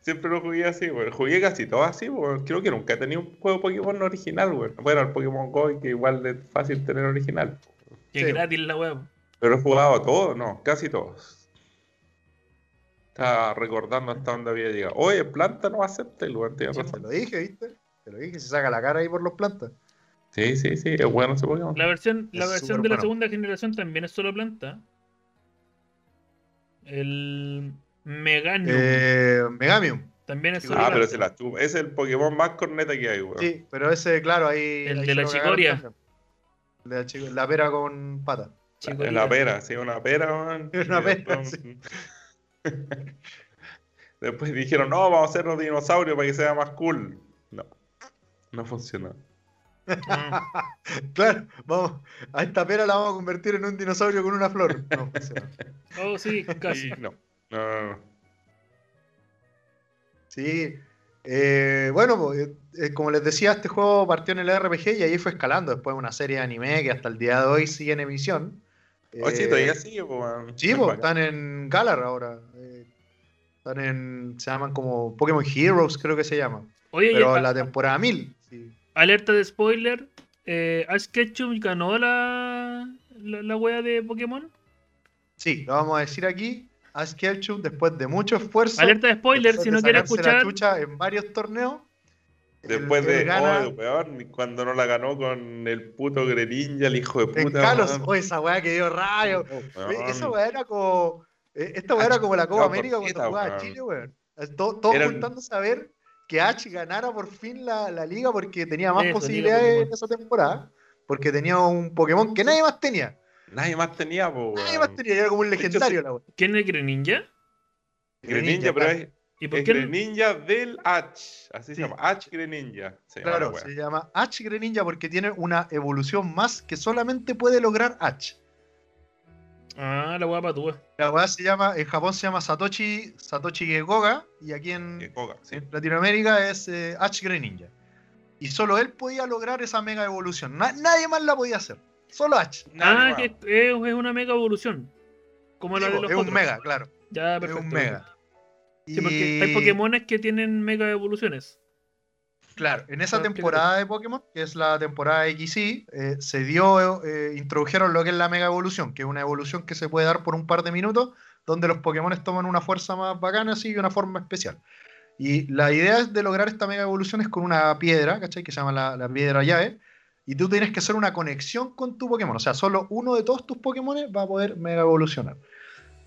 Siempre lo jugué así, weón. Jugué casi todo así, weón. Creo que nunca he tenido un juego Pokémon original, weón. Bueno, el Pokémon Go, que igual es fácil tener original.
Que
Sí, po.
gratis la web.
Pero he jugado todos, no, casi todos. Estaba recordando hasta dónde había llegado. Oye, planta no acepta el weón, tienes
Sí, te
razón.
lo dije, ¿viste? Te lo dije, se saca la cara ahí por los plantas.
Sí, sí, sí, es bueno ese Pokémon.
La versión, la
Es
versión
súper
de la
bueno.
segunda generación también es solo planta. El Meganium
Eh, Megamium.
también es solo
Ah, pero
planta.
se la chupa. Es el Pokémon más corneta que hay, weón.
Sí, pero ese, claro, ahí.
El
ahí
de
se
la
lo cagaron
chicoria.
también. El de la chico- La pera con pata.
Chico,
Es
diga.
la pera, sí, una pera, weón.
Es una
Y
pera,
después- mm. Después dijeron, no, vamos a hacer los dinosaurios para que sea más cool. No, no funcionó.
Ah,
Claro, vamos. A esta pera la vamos a convertir en un dinosaurio con una flor. No, o sea,
Oh, sí, casi.
Y no, no, no, no.
Sí. Eh, bueno, pues, eh, eh, como les decía, este juego partió en el RPG y ahí fue escalando. Después una serie de anime que hasta el día de hoy sigue en emisión.
Oh, sí,
Eh,
todavía sigue, po, weón.
Sí, pues,
Es
po,
bacán.
están en Galar ahora. eh, están en. Se llaman como Pokémon Heroes, creo que se llaman.
Oye,
Pero
ya-
la temporada 1000. sí.
alerta de spoiler. Eh, Ash Ketchum ganó la, la, la wea de Pokémon.
Sí, lo vamos a decir aquí. Ash Ketchum, después de mucho esfuerzo.
Alerta de spoiler,
después
si
de
no quiere
sacarse la
escuchar.
chucha en varios torneos. él-
Después
él
de,
gana
oh, weón, cuando no la ganó con el puto Greninja, el hijo de
en
puta.
Kalos.
weón.
Oh, esa weá que dio rayo.
Oh,
Oye,
weón.
Esa weá era como. eh, Esta weá era como la Copa
Era
América cuando
cortita,
jugaba
weón.
Chile, weón. Todos todo
Eran-
juntándose a ver que H ganara por fin la, la liga porque tenía más
Eso, liga
posibilidades en
Pokémon.
esa temporada. Porque tenía un Pokémon que nadie más tenía.
Nadie más tenía, po,
Nadie
weón.
más tenía, era como un
De hecho,
legendario la weá.
¿Quién es Greninja?
Greninja, pero
claro,
es,
¿Y por
es
qué?
Greninja del H. Así se llama, H Greninja. se llama la
Claro,
weá.
se llama H Greninja porque tiene una evolución más que solamente puede lograr H.
Ah, la wea patúa.
La weá se llama, en Japón se llama Satoshi, Satoshi Gekoga y aquí en,
Que coca, eh, ¿sí?
en Latinoamérica es eh, H. Greninja. Y solo él podía lograr esa mega evolución. Na- nadie más la podía hacer. Solo H.
Ah,
Nadie
que
más.
es, es- es una mega evolución. Como la
Digo,
de los
es un
otros.
mega, claro.
Ya,
Es
perfecto.
un mega.
Sí, porque
Y,
hay Pokémones que tienen mega evoluciones.
Claro, en esa
Ah, explícate.
temporada de Pokémon, que es la temporada XY, eh, se dio, eh, introdujeron lo que es la mega evolución, que es una evolución que se puede dar por un par de minutos, donde los Pokémon toman una fuerza más bacana así, y una forma especial. Y la idea es de lograr esta mega evolución es con una piedra, ¿cachai? Que se llama la, la piedra llave. Y tú tienes que hacer una conexión con tu Pokémon. O sea, solo uno de todos tus Pokémon va a poder mega evolucionar.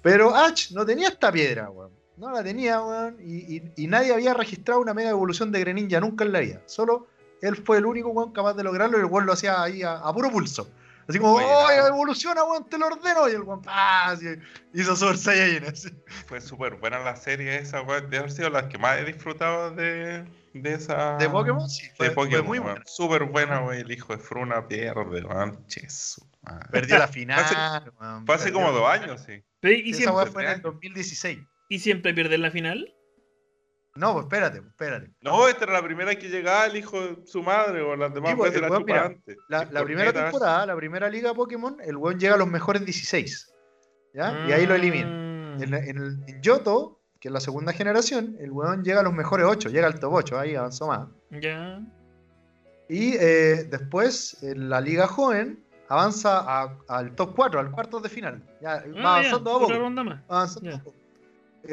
Pero Ash no tenía esta piedra, weón. No la tenía, weón. Y, y- y nadie había registrado una mega evolución de Greninja nunca en la vida. Solo él fue el único, weón, capaz de lograrlo y el weón lo hacía ahí a, a puro pulso. Así como,
Oye,
¡oh,
no.
evoluciona, weón! Te lo ordeno. Y el weón, ¡pah! así, hizo Super Saiyajin. así.
Fue súper buena la serie esa, weón. Debe haber sido las que más he disfrutado de, de esa.
¿De Pokémon? Sí, fue,
Ah, de
fue
Pokémon,
muy
weón.
bueno.
Súper buena, weón. El hijo de Fruna pierde, weón. Jesús. madre.
Perdió la final. weón,
Fue hace
perdió
como
la
dos
final.
años, sí.
Pero ¿Y,
Esa
siempre,
weá fue en el 2016.
¿Y siempre pierden la final?
No, pues espérate, pues espérate.
No, esta era la primera que llegaba el hijo de su madre, o las demás
Sí, pues,
veces
el
la
weón,
chupa
mira,
antes.
La,
Sí, pues,
la
por
primera
netas.
temporada, la primera liga Pokémon, el weón llega a los mejores 16. ¿Ya? Y ahí lo eliminan.
Ah,
En, en el- en Yoto, que es la segunda generación, el weón llega a los mejores 8, llega al top 8, ahí avanzó más.
Ya.
Y eh, después, en la liga joven, avanza a- al top 4, al cuarto de final. Ya, va
Ah, ya,
avanzando a poco.
otra ronda más.
avanzando
Ya.
a poco.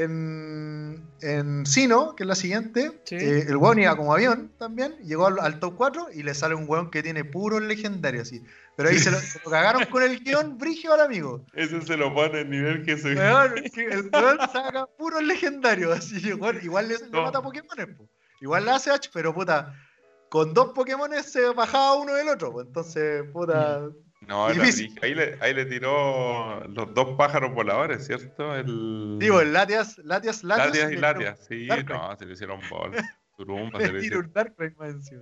En, en Sino, que es la siguiente,
Sí.
eh, el weón iba como avión también, llegó al, al top 4 y le sale un weón que tiene puros legendarios. así. Pero ahí se lo, se lo cagaron con el guión brígido al amigo.
Ese se lo pone al nivel que se.
Weón, que el weón saca puros legendarios. Así, weón, igual le, le
No.
mata Pokémones, po. Igual le hace H, pero puta, con dos Pokémones se bajaba uno del otro. po. Entonces, puta.
No, era
Difícil.
brígido. ahí, le, ahí le tiró los dos pájaros voladores, ¿cierto? El...
Digo, el Latias, Latias,
Mm.
Latias.
Latias y
le-
Latias, sí,
Darkrai.
no, se le hicieron bol. Turumba, se
le
le
tira
hicieron.
un Darkrai más encima.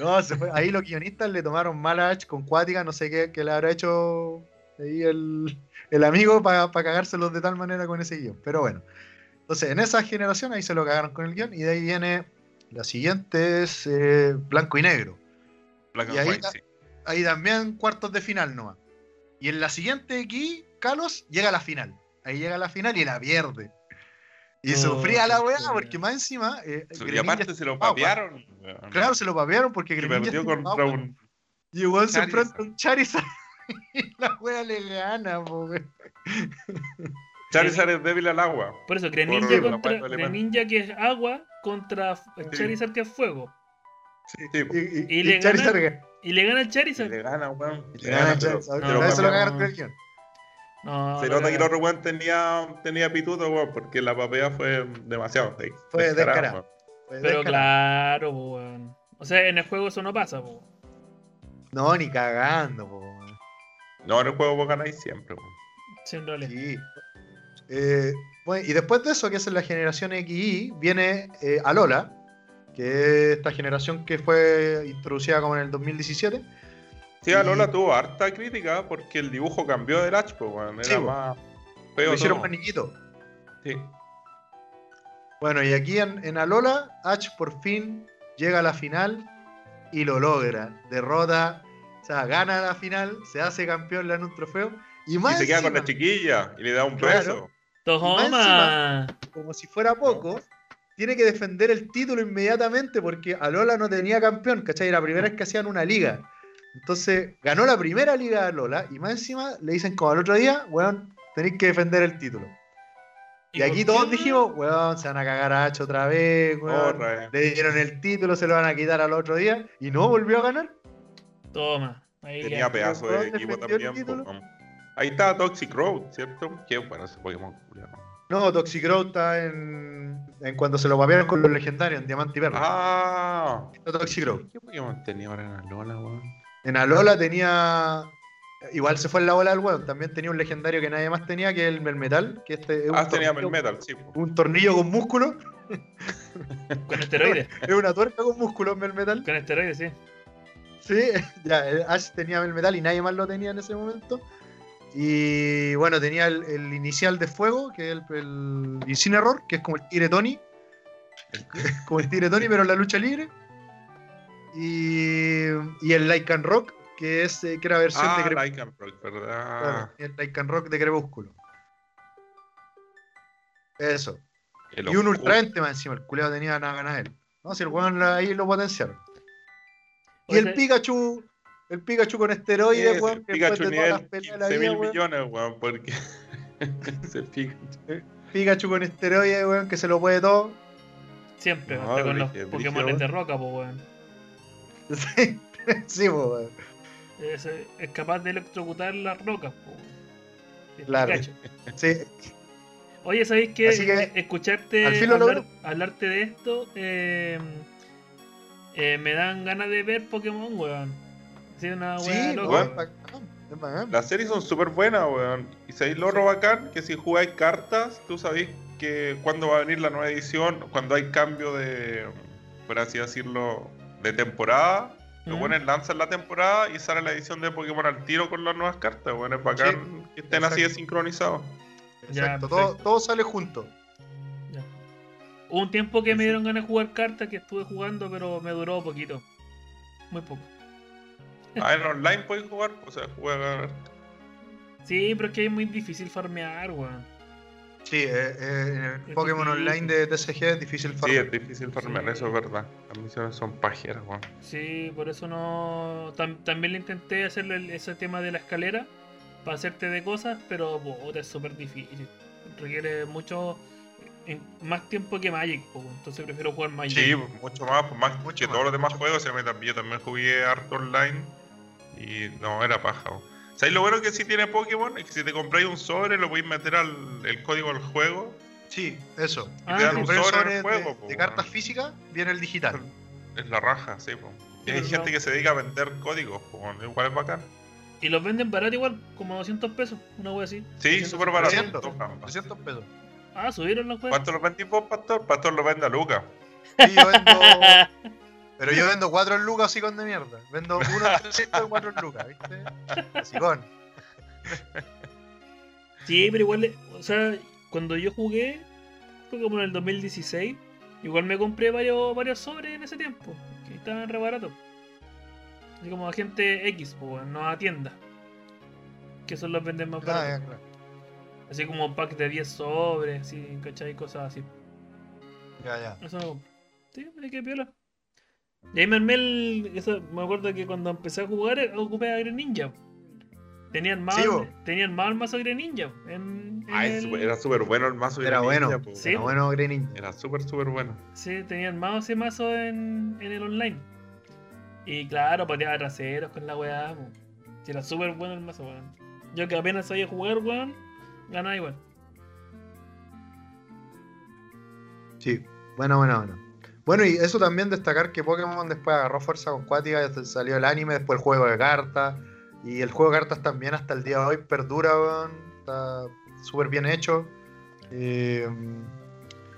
No, se fue. ahí los guionistas le tomaron mala H con Cuática, no sé qué, qué le habrá hecho ahí el, el amigo para cagárselos de tal manera con ese guión. Pero bueno. Entonces, en esa generación ahí se lo cagaron con el guión y de ahí viene la siguiente es eh, Blanco y Negro.
Black
y
and
ahí
White,
la-
sí.
Ahí también cuartos de final nomás. Y en la siguiente aquí, Carlos llega a la final. Ahí llega a la final y la pierde. Y
Oh,
sufría la
qué
weá,
pena.
porque más encima. eh,
Y
Greninja
aparte se lo
estaba guapo.
papearon. weón.
Claro, se lo papearon porque
Y
Greninja
perdió
está
contra
guapo.
un.
Y el weón se
Charizard.
enfrenta a un Charizard. y la wea le gana, po, weón.
Charizard es débil al agua.
Por eso,
Por
Greninja,
la
contra,
parte alemana.
Greninja que es agua contra Charizard que es fuego.
Sí,
Y,
po.
y-
Y
y
le
Charizard
gana-
gana.
Y le gana el
Y
Charizard.
le gana, weón.
Le gana
pero-
Charizard.
pero
no,
Ahí se lo
papearon.
cagaron con el guión.
No,
Se
no,
nota que el
no.
otro weón tenía, tenía pituto, weón, porque la papea fue demasiado. sí.
Fue descarado.
weón.
Pues,
Pero
déjala.
claro, po, weón. O sea, en el juego eso no pasa, po.
No, ni cagando, po, weón.
No, en el juego vos ganáis siempre, weón.
Sí, en realidad.
Sí. Eh, bueno, y después de eso, que es en la generación XY, viene eh, Alola, que es esta generación que fue introducida como en el 2017.
Sí, a Lola tuvo harta crítica porque el dibujo cambió del H, pues, weón. Era
Sí, po.
más
Lo
feo.
hicieron
todo.
más niñito.
Sí.
Bueno, y aquí en, en Alola, Ash por fin llega a la final y lo logra. Derrota, o sea, gana la final, se hace campeón, le dan un trofeo. Y
Y
más
se queda con
encima,
la chiquilla y le da un
Claro.
beso.
Y
Toma.
más como si fuera poco, tiene que defender el título inmediatamente porque Alola no tenía campeón, ¿cachai? Era la primera vez que hacían una liga. Entonces, ganó la primera liga de Alola y más encima le dicen como al otro día, weón, tenéis que defender el título. Y,
por
aquí
qué?
todos dijimos, weón, se van a cagar a Hacho otra vez, weón.
Otra vez.
Le dieron el título, se lo van a quitar al otro día y no volvió a ganar.
Toma. Ahí
Tenía
ya.
pedazo
Pero
de
Ron
equipo
defendió el
también. po,
título.
weón. Ahí está Toxic Road, ¿cierto? Qué bueno ese Pokémon. culiao.
No, Toxicrow está en, en cuando se lo papearon con los legendarios, en Diamante y Perla.
Ah,
Está Toxicrow.
¿qué Pokémon tenía ahora en la Lola, weón?
En Alola tenía. Igual se fue en la ola del weón. También tenía un legendario que nadie más tenía, que es el Melmetal. Que este es un,
Ah, tenía
tornillo-
Melmetal, sí. po.
un tornillo con músculo.
Con esteroides.
Es una tuerca con músculo en Melmetal.
Con esteroides, sí.
Sí, ya, el Ash tenía Melmetal y nadie más lo tenía en ese momento. Y bueno, tenía el, el inicial de fuego, que es el, el Incineroar, que es como el Tigre Tony. como el Tigre Tony, pero en la lucha libre. Y, y el Like and Rock, que, es, eh, que era versión de
Ah,
Crepúsculo.
Lycanroc, ¿verdad?
Claro, y el Lycan Rock de Crepúsculo. Eso.
El
y un
oscuro.
ultraente más encima, el culeado tenía nada ganas él. No, si el weón la- ahí lo potenciaron. Y
Oye,
el Pikachu, el Pikachu con
Sí,
esteroides,
ese
weón, que después
Pikachu
de todas las
nivel
peleas de la
15
vida,
mil
weón,
millones, weón, porque. ese Pikachu.
Pikachu con esteroides, weón, que se lo puede todo.
Siempre,
No,
hasta con los
brígido,
Pokémon
brígido.
de roca, po, weón.
sí, sí, po, weón.
Es, es capaz de electrocutar las rocas, po, weón. El
Claro.
Pikachu.
Sí,
Oye, ¿sabéis qué?
Así que,
Escucharte
al fin lo
hablar-
logró.
hablarte de esto eh, eh, me dan ganas de ver Pokémon, weón. Sí,
Ah,
una
sí,
weá loca,
weón,
weón.
bacán, es bacán.
Las series son súper buenas, weón. Y sabéis lo otro bacán, que si jugáis cartas, tú sabéis que cuando va a venir la nueva edición, cuando hay cambio de, por así decirlo, de temporada, los
Mm.
buenos lanzan la temporada y sale la edición de Pokémon al tiro con las nuevas cartas, weón. Es bacán que estén así de
exacto.
sincronizados.
Ya,
Exacto, todo,
perfecto.
todo sale junto.
Ya. Hubo un tiempo que me
Sí.
dieron ganas de jugar cartas que estuve jugando, pero me duró poquito. Muy poco.
Ah, en online podéis jugar, o sea, jugar.
Sí, pero es que es muy difícil farmear, weón.
Sí, eh, eh, en el Pokémon Online de TCG es difícil
Sí,
farmear.
es difícil farmear, eso es verdad. Las misiones son pajeras, weón.
Sí, por eso no. tam- también le intenté hacerle el- ese tema de la escalera para hacerte de cosas, pero puta, es súper difícil. Requiere mucho. eh, en- más tiempo que Magic, po, entonces prefiero jugar Magic.
Sí, mucho más, pues, más
Mucho
que
más,
todos los demás
mucho
juegos. Yo también, yo también jugué harto online y no, era paja. weón. ¿Sabes lo bueno que sí tiene Pokémon? Es que si te compráis un sobre, lo podéis meter al el código del juego.
Sí, eso.
Ah,
Te
sí.
dan un sobre
sobre el
de-
juego,
de,
po,
cartas
weón.
físicas, viene el digital.
Es la raja, sí, po. Y
Sí,
hay
pues,
pero
gente
no.
que se dedica a vender códigos, po, weón, igual es bacán.
Y los venden barato igual, como 200 pesos, una wea así.
Sí,
200
súper
pesos.
barato.
300,
weón.
300 pesos.
Ah, subieron los juegos.
¿Cuánto lo vendís vos, Pastor? Pastor lo vende a Lucas.
Sí, yo vendo, pero yo vendo 4 lucas así con de mierda. Vendo 1 en 300 y 4 lucas, ¿viste? Así con.
Sí, pero igual, o sea, cuando yo jugué, fue como en el 2016, igual me compré varios, varios sobres en ese tiempo, que estaban re baratos. Así como a gente X, pues, weón, no a tienda. Que son los venden más
Ah,
baratos.
ya, claro.
Así como pack de 10 sobres, así, ¿cachai? Cosas así.
Ya, ya.
Eso me compré. Sí, mira qué piola. Y ahí me armé el. eso- me acuerdo que cuando empecé a jugar eh, ocupé a Greninja. Tenía el
Sí,
mazo,
bo.
tenía el mazo- el mazo Greninja. En, en
Ah, es
el-
súper- era súper bueno el mazo. de
Era
la
bueno.
ninja, po,
Sí.
Pero bueno, Greninja.
Era súper, súper bueno.
Sí, tenía armado ese mazo en, en el online. Y claro, pateaba traseros con la weá. po. Si era súper bueno el mazo, weón. Yo que apenas sabía jugar, weón, ganaba igual.
Sí,
Bueno, bueno, bueno. Bueno, y eso también destacar que Pokémon después agarró fuerza con Cuática, desde- salió el anime, después el juego de cartas. Y el juego de cartas también hasta el día de hoy perdura, weón. Está súper bien hecho. Eh,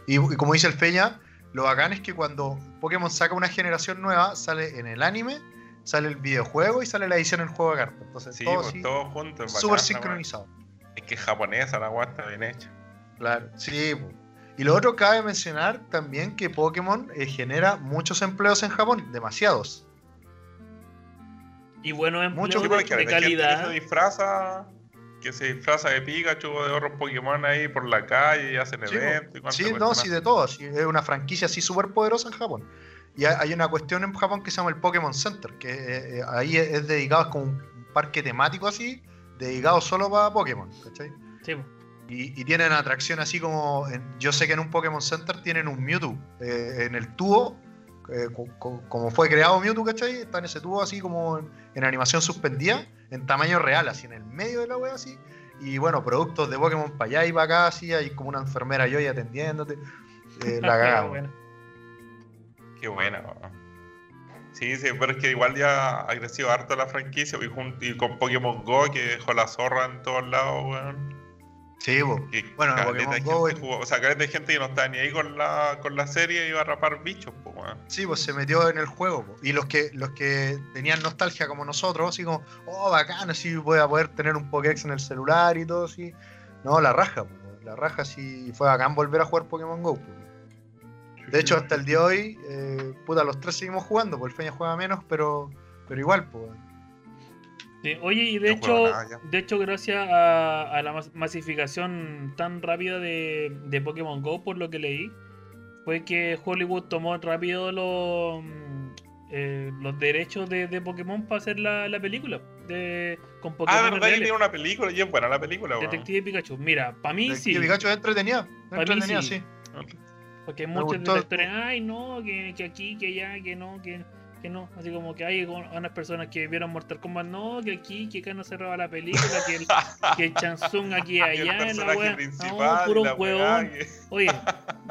y, y como dice el Peña, lo bacán es que cuando Pokémon saca una generación nueva, sale en el anime, sale el videojuego y sale la edición del juego de cartas. Entonces,
Sí,
todo
pues,
así,
todos juntos. es
súper
bacán,
sincronizado.
la weá. Es que es japonesa la weá está bien hecha.
Claro, sí. po. Y lo otro cabe mencionar también que Pokémon eh, genera muchos empleos en Japón, demasiados.
Y bueno, empleos
Mucho
Sí,
de, de
porque hay gente
calidad.
que se disfraza, que se disfraza de Pikachu o de otros Pokémon ahí por la calle y hacen
Sí,
eventos. y cuánta
Sí, no,
cuestión
sí,
más.
de todo. sí, es una franquicia así súper poderosa en Japón. Y ha- hay una cuestión en Japón que se llama el Pokémon Center, que eh, eh, ahí es, es dedicado, es como un parque temático así, dedicado solo para Pokémon. ¿cachai?
Sí, po.
Y, y tienen atracción así como. en- yo sé que en un Pokémon Center tienen un Mewtwo eh, en el tubo, eh, co- co- como fue creado Mewtwo, ¿cachai? Está en ese tubo así como en, en animación suspendida, en tamaño real, así en el medio de la wea, así. Y bueno, productos de Pokémon para allá y para acá, así. Hay como una enfermera yo ahí atendiéndote. Eh, la
Ah,
cagada,
bueno.
Qué buena. weón. Sí, sí, pero es que igual ya ha crecido harto la franquicia y, jun- y con Pokémon Go que dejó la zorra en todos lados, weón.
Sí, po.
Que
Bueno,
caleta
Pokémon
de
Go,
gente
weón.
jugó- o sea, caleta de gente que no estaba ni ahí con la, con la serie iba a rapar bichos, po, weón. Ah,
Sí, pues se metió en el juego. po. Y los que, los que tenían nostalgia como nosotros, así como, oh, bacán, así voy a poder tener un Pokédex en el celular y todo, así. No, la raja, po. la raja, sí, fue bacán volver a jugar Pokémon Go. po. De hecho, hasta el día de hoy, eh, puta, los tres seguimos jugando, porque el Feña juega menos, pero, pero igual, pues.
Sí, Oye, y de
No juego
hecho,
nada ya.
de hecho, gracias a, a la mas- masificación tan rápida de, de Pokémon Go, por lo que leí, fue que Hollywood tomó rápido los mm, eh, los derechos de, de Pokémon para hacer la, la película de, con Pokémon
Ah, verdad que
reales.
tiene una película y es buena la película, weón.
Detective Pikachu. Mira, para mí sí,
Y Pikachu es entretenida, es
mí
entretenida,
sí.
sí.
porque hay
me
muchos
gustó.
directores, ay, no, que, que aquí, que allá, que no, que, que no. Así como que hay unas personas que vieron Mortal Kombat, no, que aquí, que acá no se roba la película, que el, que Chansung aquí y
Y el
allá en la
personaje
wea.
principal,
No,
y
puro
la weá,
huevón.
que-
Oye,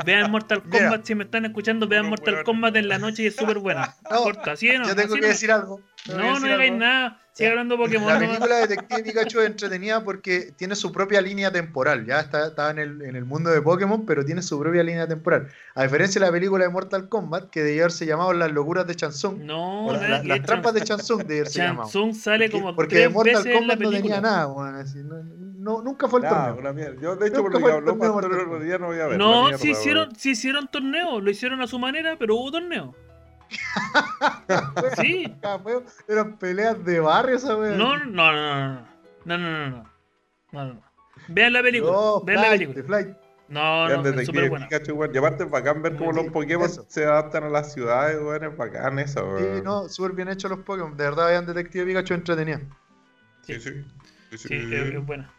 vean Mortal
Mira.
Kombat si me están escuchando, vean
Puro
Mortal
hueón.
Kombat en la noche y es súper buena.
No,
Corta, ¿sí o no?
Yo tengo
¿Sí
que
o no?
decir algo. tengo que
No, no
decir
digáis
algo.
nada. Sigue
Ya.
hablando de
La
Pokémon. nomás.
película Detective Pikachu es entretenida porque tiene su propia línea temporal. Ya está, está en, el, en el mundo de Pokémon, pero tiene su propia línea temporal. A diferencia de la película de Mortal Kombat, que debió haberse llamado Las locuras de Chansung.
No,
o la-
nada
la-
que
las
ver,
trampas de Chansung
Chan-
debiérse llamado.
Chansung sale como
Porque, porque
tres
de Mortal
veces en la
Kombat no
película.
tenía nada, weón, así, no- no- nunca fue el
Nah,
torneo.
una mierda. Yo, de hecho, por
Nunca
lo
fue
que
el
habló
torneo
Pastor el
Mortal
otro día no voy a ver.
no,
la mierda,
sí, hicieron,
weón.
sí hicieron torneo, lo hicieron a su manera, pero hubo torneo. Sí,
Ah, weón, Eran peleas de barrio esa weón.
no, no, no, no, no, no, no, no, no, no, no. Vean la película,
No,
vean la
Oh, flight,
película.
flight.
No,
Vean
no,
desde
es
aquí,
súper bueno.
Pikachu, weón. Y aparte es bacán ver cómo
Sí,
los Pokémon
eso.
se adaptan a las ciudades, weón. Es bacán eso, weón.
Sí, no, súper bien hechos los Pokémon. De verdad, vean Detective Pikachu entretenido.
Sí, sí. Sí, sí.
Sí, es, es buena.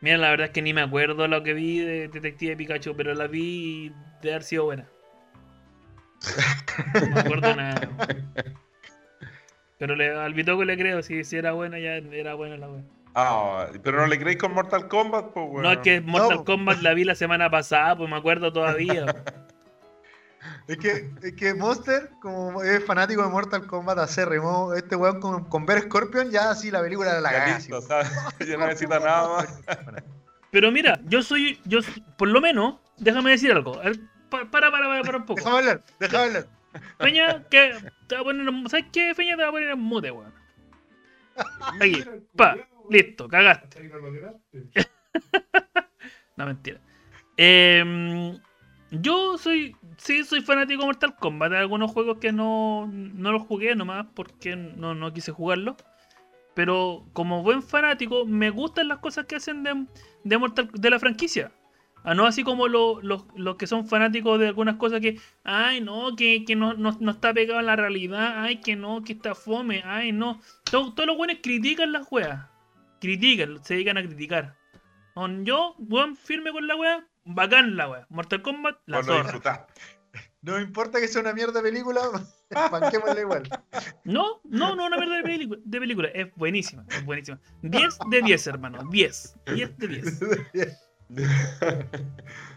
Mira, la verdad es que ni me acuerdo lo que vi de Detective Pikachu, pero la vi de haber sido buena. No me acuerdo nada. Pero le, al Bitoco le creo, si, si era buena, ya era buena la buena.
Ah, pero no le creéis con Mortal Kombat, pues, weón.
No, es que Mortal
No.
Kombat la vi la semana pasada, pues me acuerdo todavía.
Es que, es que Monster, como es fanático de Mortal Kombat acérrimo, este weón con, con ver Scorpion, ya así la película de la
Ya
cagada.
listo, ¿sabes? Yo no necesito nada más.
Pero mira, yo soy, yo soy- por lo menos, déjame decir algo. A ver, pa- Para, para, para, para un poco.
Déjame hablar, déjame hablar.
Peña, que te va a poner en- ¿Sabes qué, Peña? Te va a poner en mute, weón. Ahí, pa, listo, cagaste. No, mentira. Em, yo soy, sí, soy fanático de Mortal Kombat. Hay algunos juegos que no, no los jugué nomás porque no, no quise jugarlos. Pero como buen fanático, me gustan las cosas que hacen de, de, Mortal- de la franquicia. Ah, no así como lo- los- los que son fanáticos de algunas cosas que Ay, no, que, que no, no, no está pegado a la realidad. Ay, que no, que está fome. Ay, no. Todo- todos los buenos critican las weas. Critican, se dedican a criticar. Con yo, weón, firme con la wea. Bacán la wea. Mortal Kombat, la
Vos lo
zorra.
disfrutás.
No me importa que sea una mierda película, banquémosla igual.
No, no, no, una mierda de película. De película. Es buenísima, es buenísima. 10 de 10, hermano. 10. 10 de 10.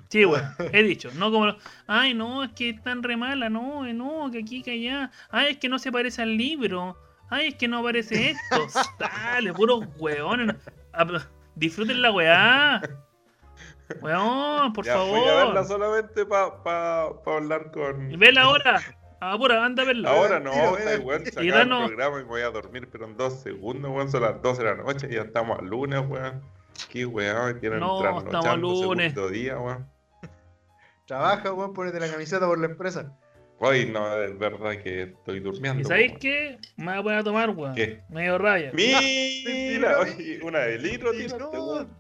Sí, bueno, he dicho, no como los, ay no, es que están re mala, no, eh, no, que aquí, que allá, ay es que no se parece al libro, ay es que no parece esto, dale, puros hueones, Ah, disfruten la weá, weón, por
Ya, Voy a verla
favor,
solamente para pa, pa hablar con.
vela ahora, ahora, anda a verla,
Ahora no,
Tiro,
está
eh.
igual, se
Y
acaba el
danos-
programa y voy a dormir, pero en dos segundos, weón, son las 12 de la noche y ya estamos al lunes, weón. Qué weón, tienen
No,
trasnochando
estamos al lunes.
segundo día, weón.
Trabaja, weón, ponete la camiseta por la empresa.
Hoy no, es verdad que estoy
y
durmiendo.
sabéis
weón.
qué, Ah, me voy a poner a tomar weón,
¿Qué?
me dio rabia,
Mira, oye, una de litro
Sí,
tiraste,
no.
weón.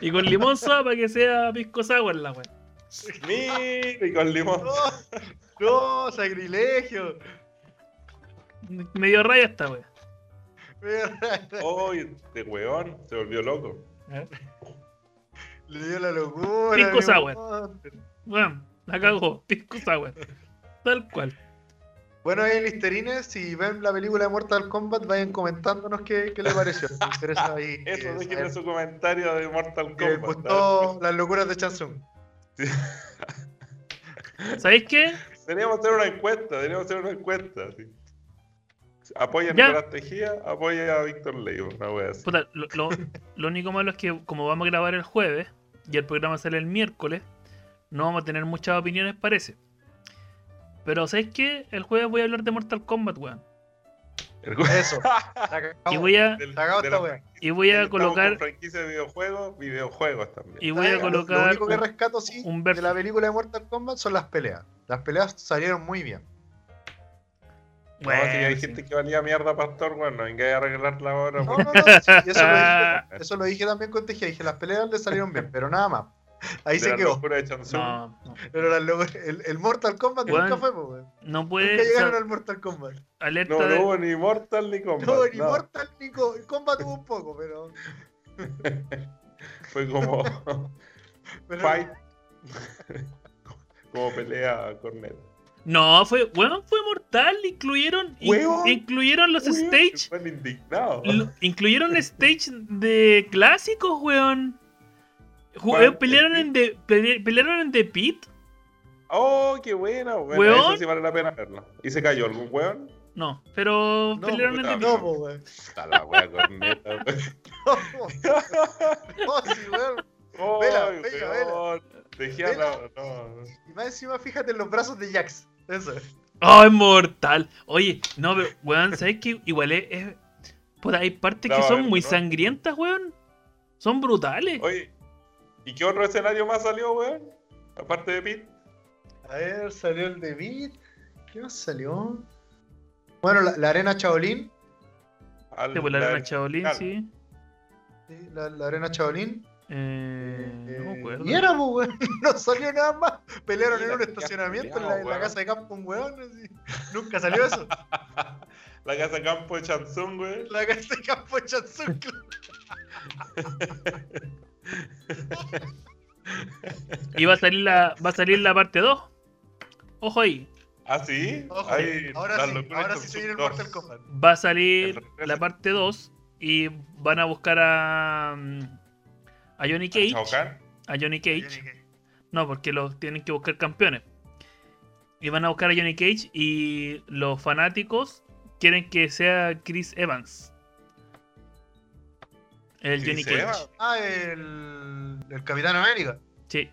y con limón sopa para que sea pisco sour la weá,
Mira, y con limón.
No, sacrilegio.
me dio rabia esta weá,
Oye, este weón se volvió loco.
Le dio la locura.
Pisco
mi
sour.
Monster.
weón, la cagó, pisco sour, tal cual.
Bueno, ahí Listerines, si ven la película de Mortal Kombat, vayan comentándonos qué, qué les pareció. Me interesa ahí.
Eso,
eh,
déjenme
saber
su comentario de Mortal
que pues les
Kombat.
gustó las locuras de Chansung.
¿Sabéis qué?
Deberíamos hacer una encuesta, deberíamos hacer una encuesta. Sí. Apoya a
Ya.
Nicolás Tejía, apoya a Víctor Leiva, una wea así.
Puta, lo, lo- lo único malo es que como vamos a grabar el jueves y el programa sale el miércoles, no vamos a tener muchas opiniones, parece. Pero ¿sabes qué? El jueves voy a hablar de Mortal Kombat, weón.
El juego
Eso.
Y voy a,
del-
Cagado
de
esta
la-
wea.
y voy a
estamos con
colocar
franquicia de videojuegos, videojuegos también.
y voy a
Lo- Lo
colocar
único que
un-
rescato, sí,
un
de la
verso.
película de Mortal Kombat son las peleas. Las peleas salieron muy bien.
No, si hay
Bueno, sí.
gente que valía mierda, pastor, bueno, venga a arreglarla ahora.
No,
pues.
no, no. sí, eso, lo dije, eso lo dije también con Tejía. Dije, las peleas le salieron bien, pero nada más. Ahí
De
se
la
quedó.
locura de Chansun.
No, no.
Pero las locuras- el, el Mortal Kombat
Weón,
nunca fue, pues, weón.
No
Nunca
puede
llegaron
sa-
al Mortal Kombat.
alerta
No, no
de-
hubo ni Mortal ni Combat.
No, ni
nada.
Mortal ni Co- Kombat hubo un poco, pero.
Fue como
pero-
fight. como pelea a corneta.
No, fue, weón, fue mortal, incluyeron in-
Weón,
incluyeron los
Weón,
stage
Fue indignado.
Lo- incluyeron stage de clásicos, weón. Ju-
¿Cuál?
eh, pelearon,
¿El
en The, pele- pelearon en The Pit.
Oh, qué buena, weón.
Weón.
Eso sí vale la pena verlo. ¿Y se cayó algún weón?
No, pero
No,
pelearon en
puta,
The Pit.
No, pues, weón.
Está la wea corneta, weón.
No, pues. no, sí, weón.
Oh,
Vela, vela,
weón. Tejía,
Vela.
no, no.
Y más encima, fíjate en los brazos de Jax. Eso.
Oh, es mortal. Oye, no, pero, weón, ¿sabes qué? Igual es. es- puta, hay partes
No,
que
a
son
ver,
muy
no.
sangrientas, weón. Son brutales.
Oye, ¿y qué otro escenario más salió, weón? Aparte de Pit.
A ver, salió el de Beat. ¿Qué más salió? Bueno, la, la arena Chaolín.
Al-
Te volaron
la-
a pues, Shaolin,
claro.
sí.
Sí, La, la arena Chaolín.
Eh, no me acuerdo.
y era, pues, weón. No salió nada más. Pelearon
Mira,
en un
ya
estacionamiento en, la,
peleamos,
en la
weón.
casa de campo, un weón. así. Nunca salió eso.
La casa campo de Chanzón, güey.
La casa de campo de Chatsung.
Y va a salir la, va a salir la parte 2. Ojo ahí.
¿Ah, sí?
Ojo,
Ahí,
ahora
las
sí,
locuras
ahora
de
sí se viene el
Chanzón
Mortal
dos.
Kombat.
Va a salir
El regreso.
la parte 2 y van a buscar a. mm, A Johnny Cage.
Shao Kahn.
A Johnny
Johnny
Cage.
Cage.
No, porque los tienen que buscar campeones. Y van a buscar a Johnny Cage y los fanáticos quieren que sea Chris Evans. El
Sí,
Johnny
se
Cage.
va.
Ah, el, el Capitán América.
Sí.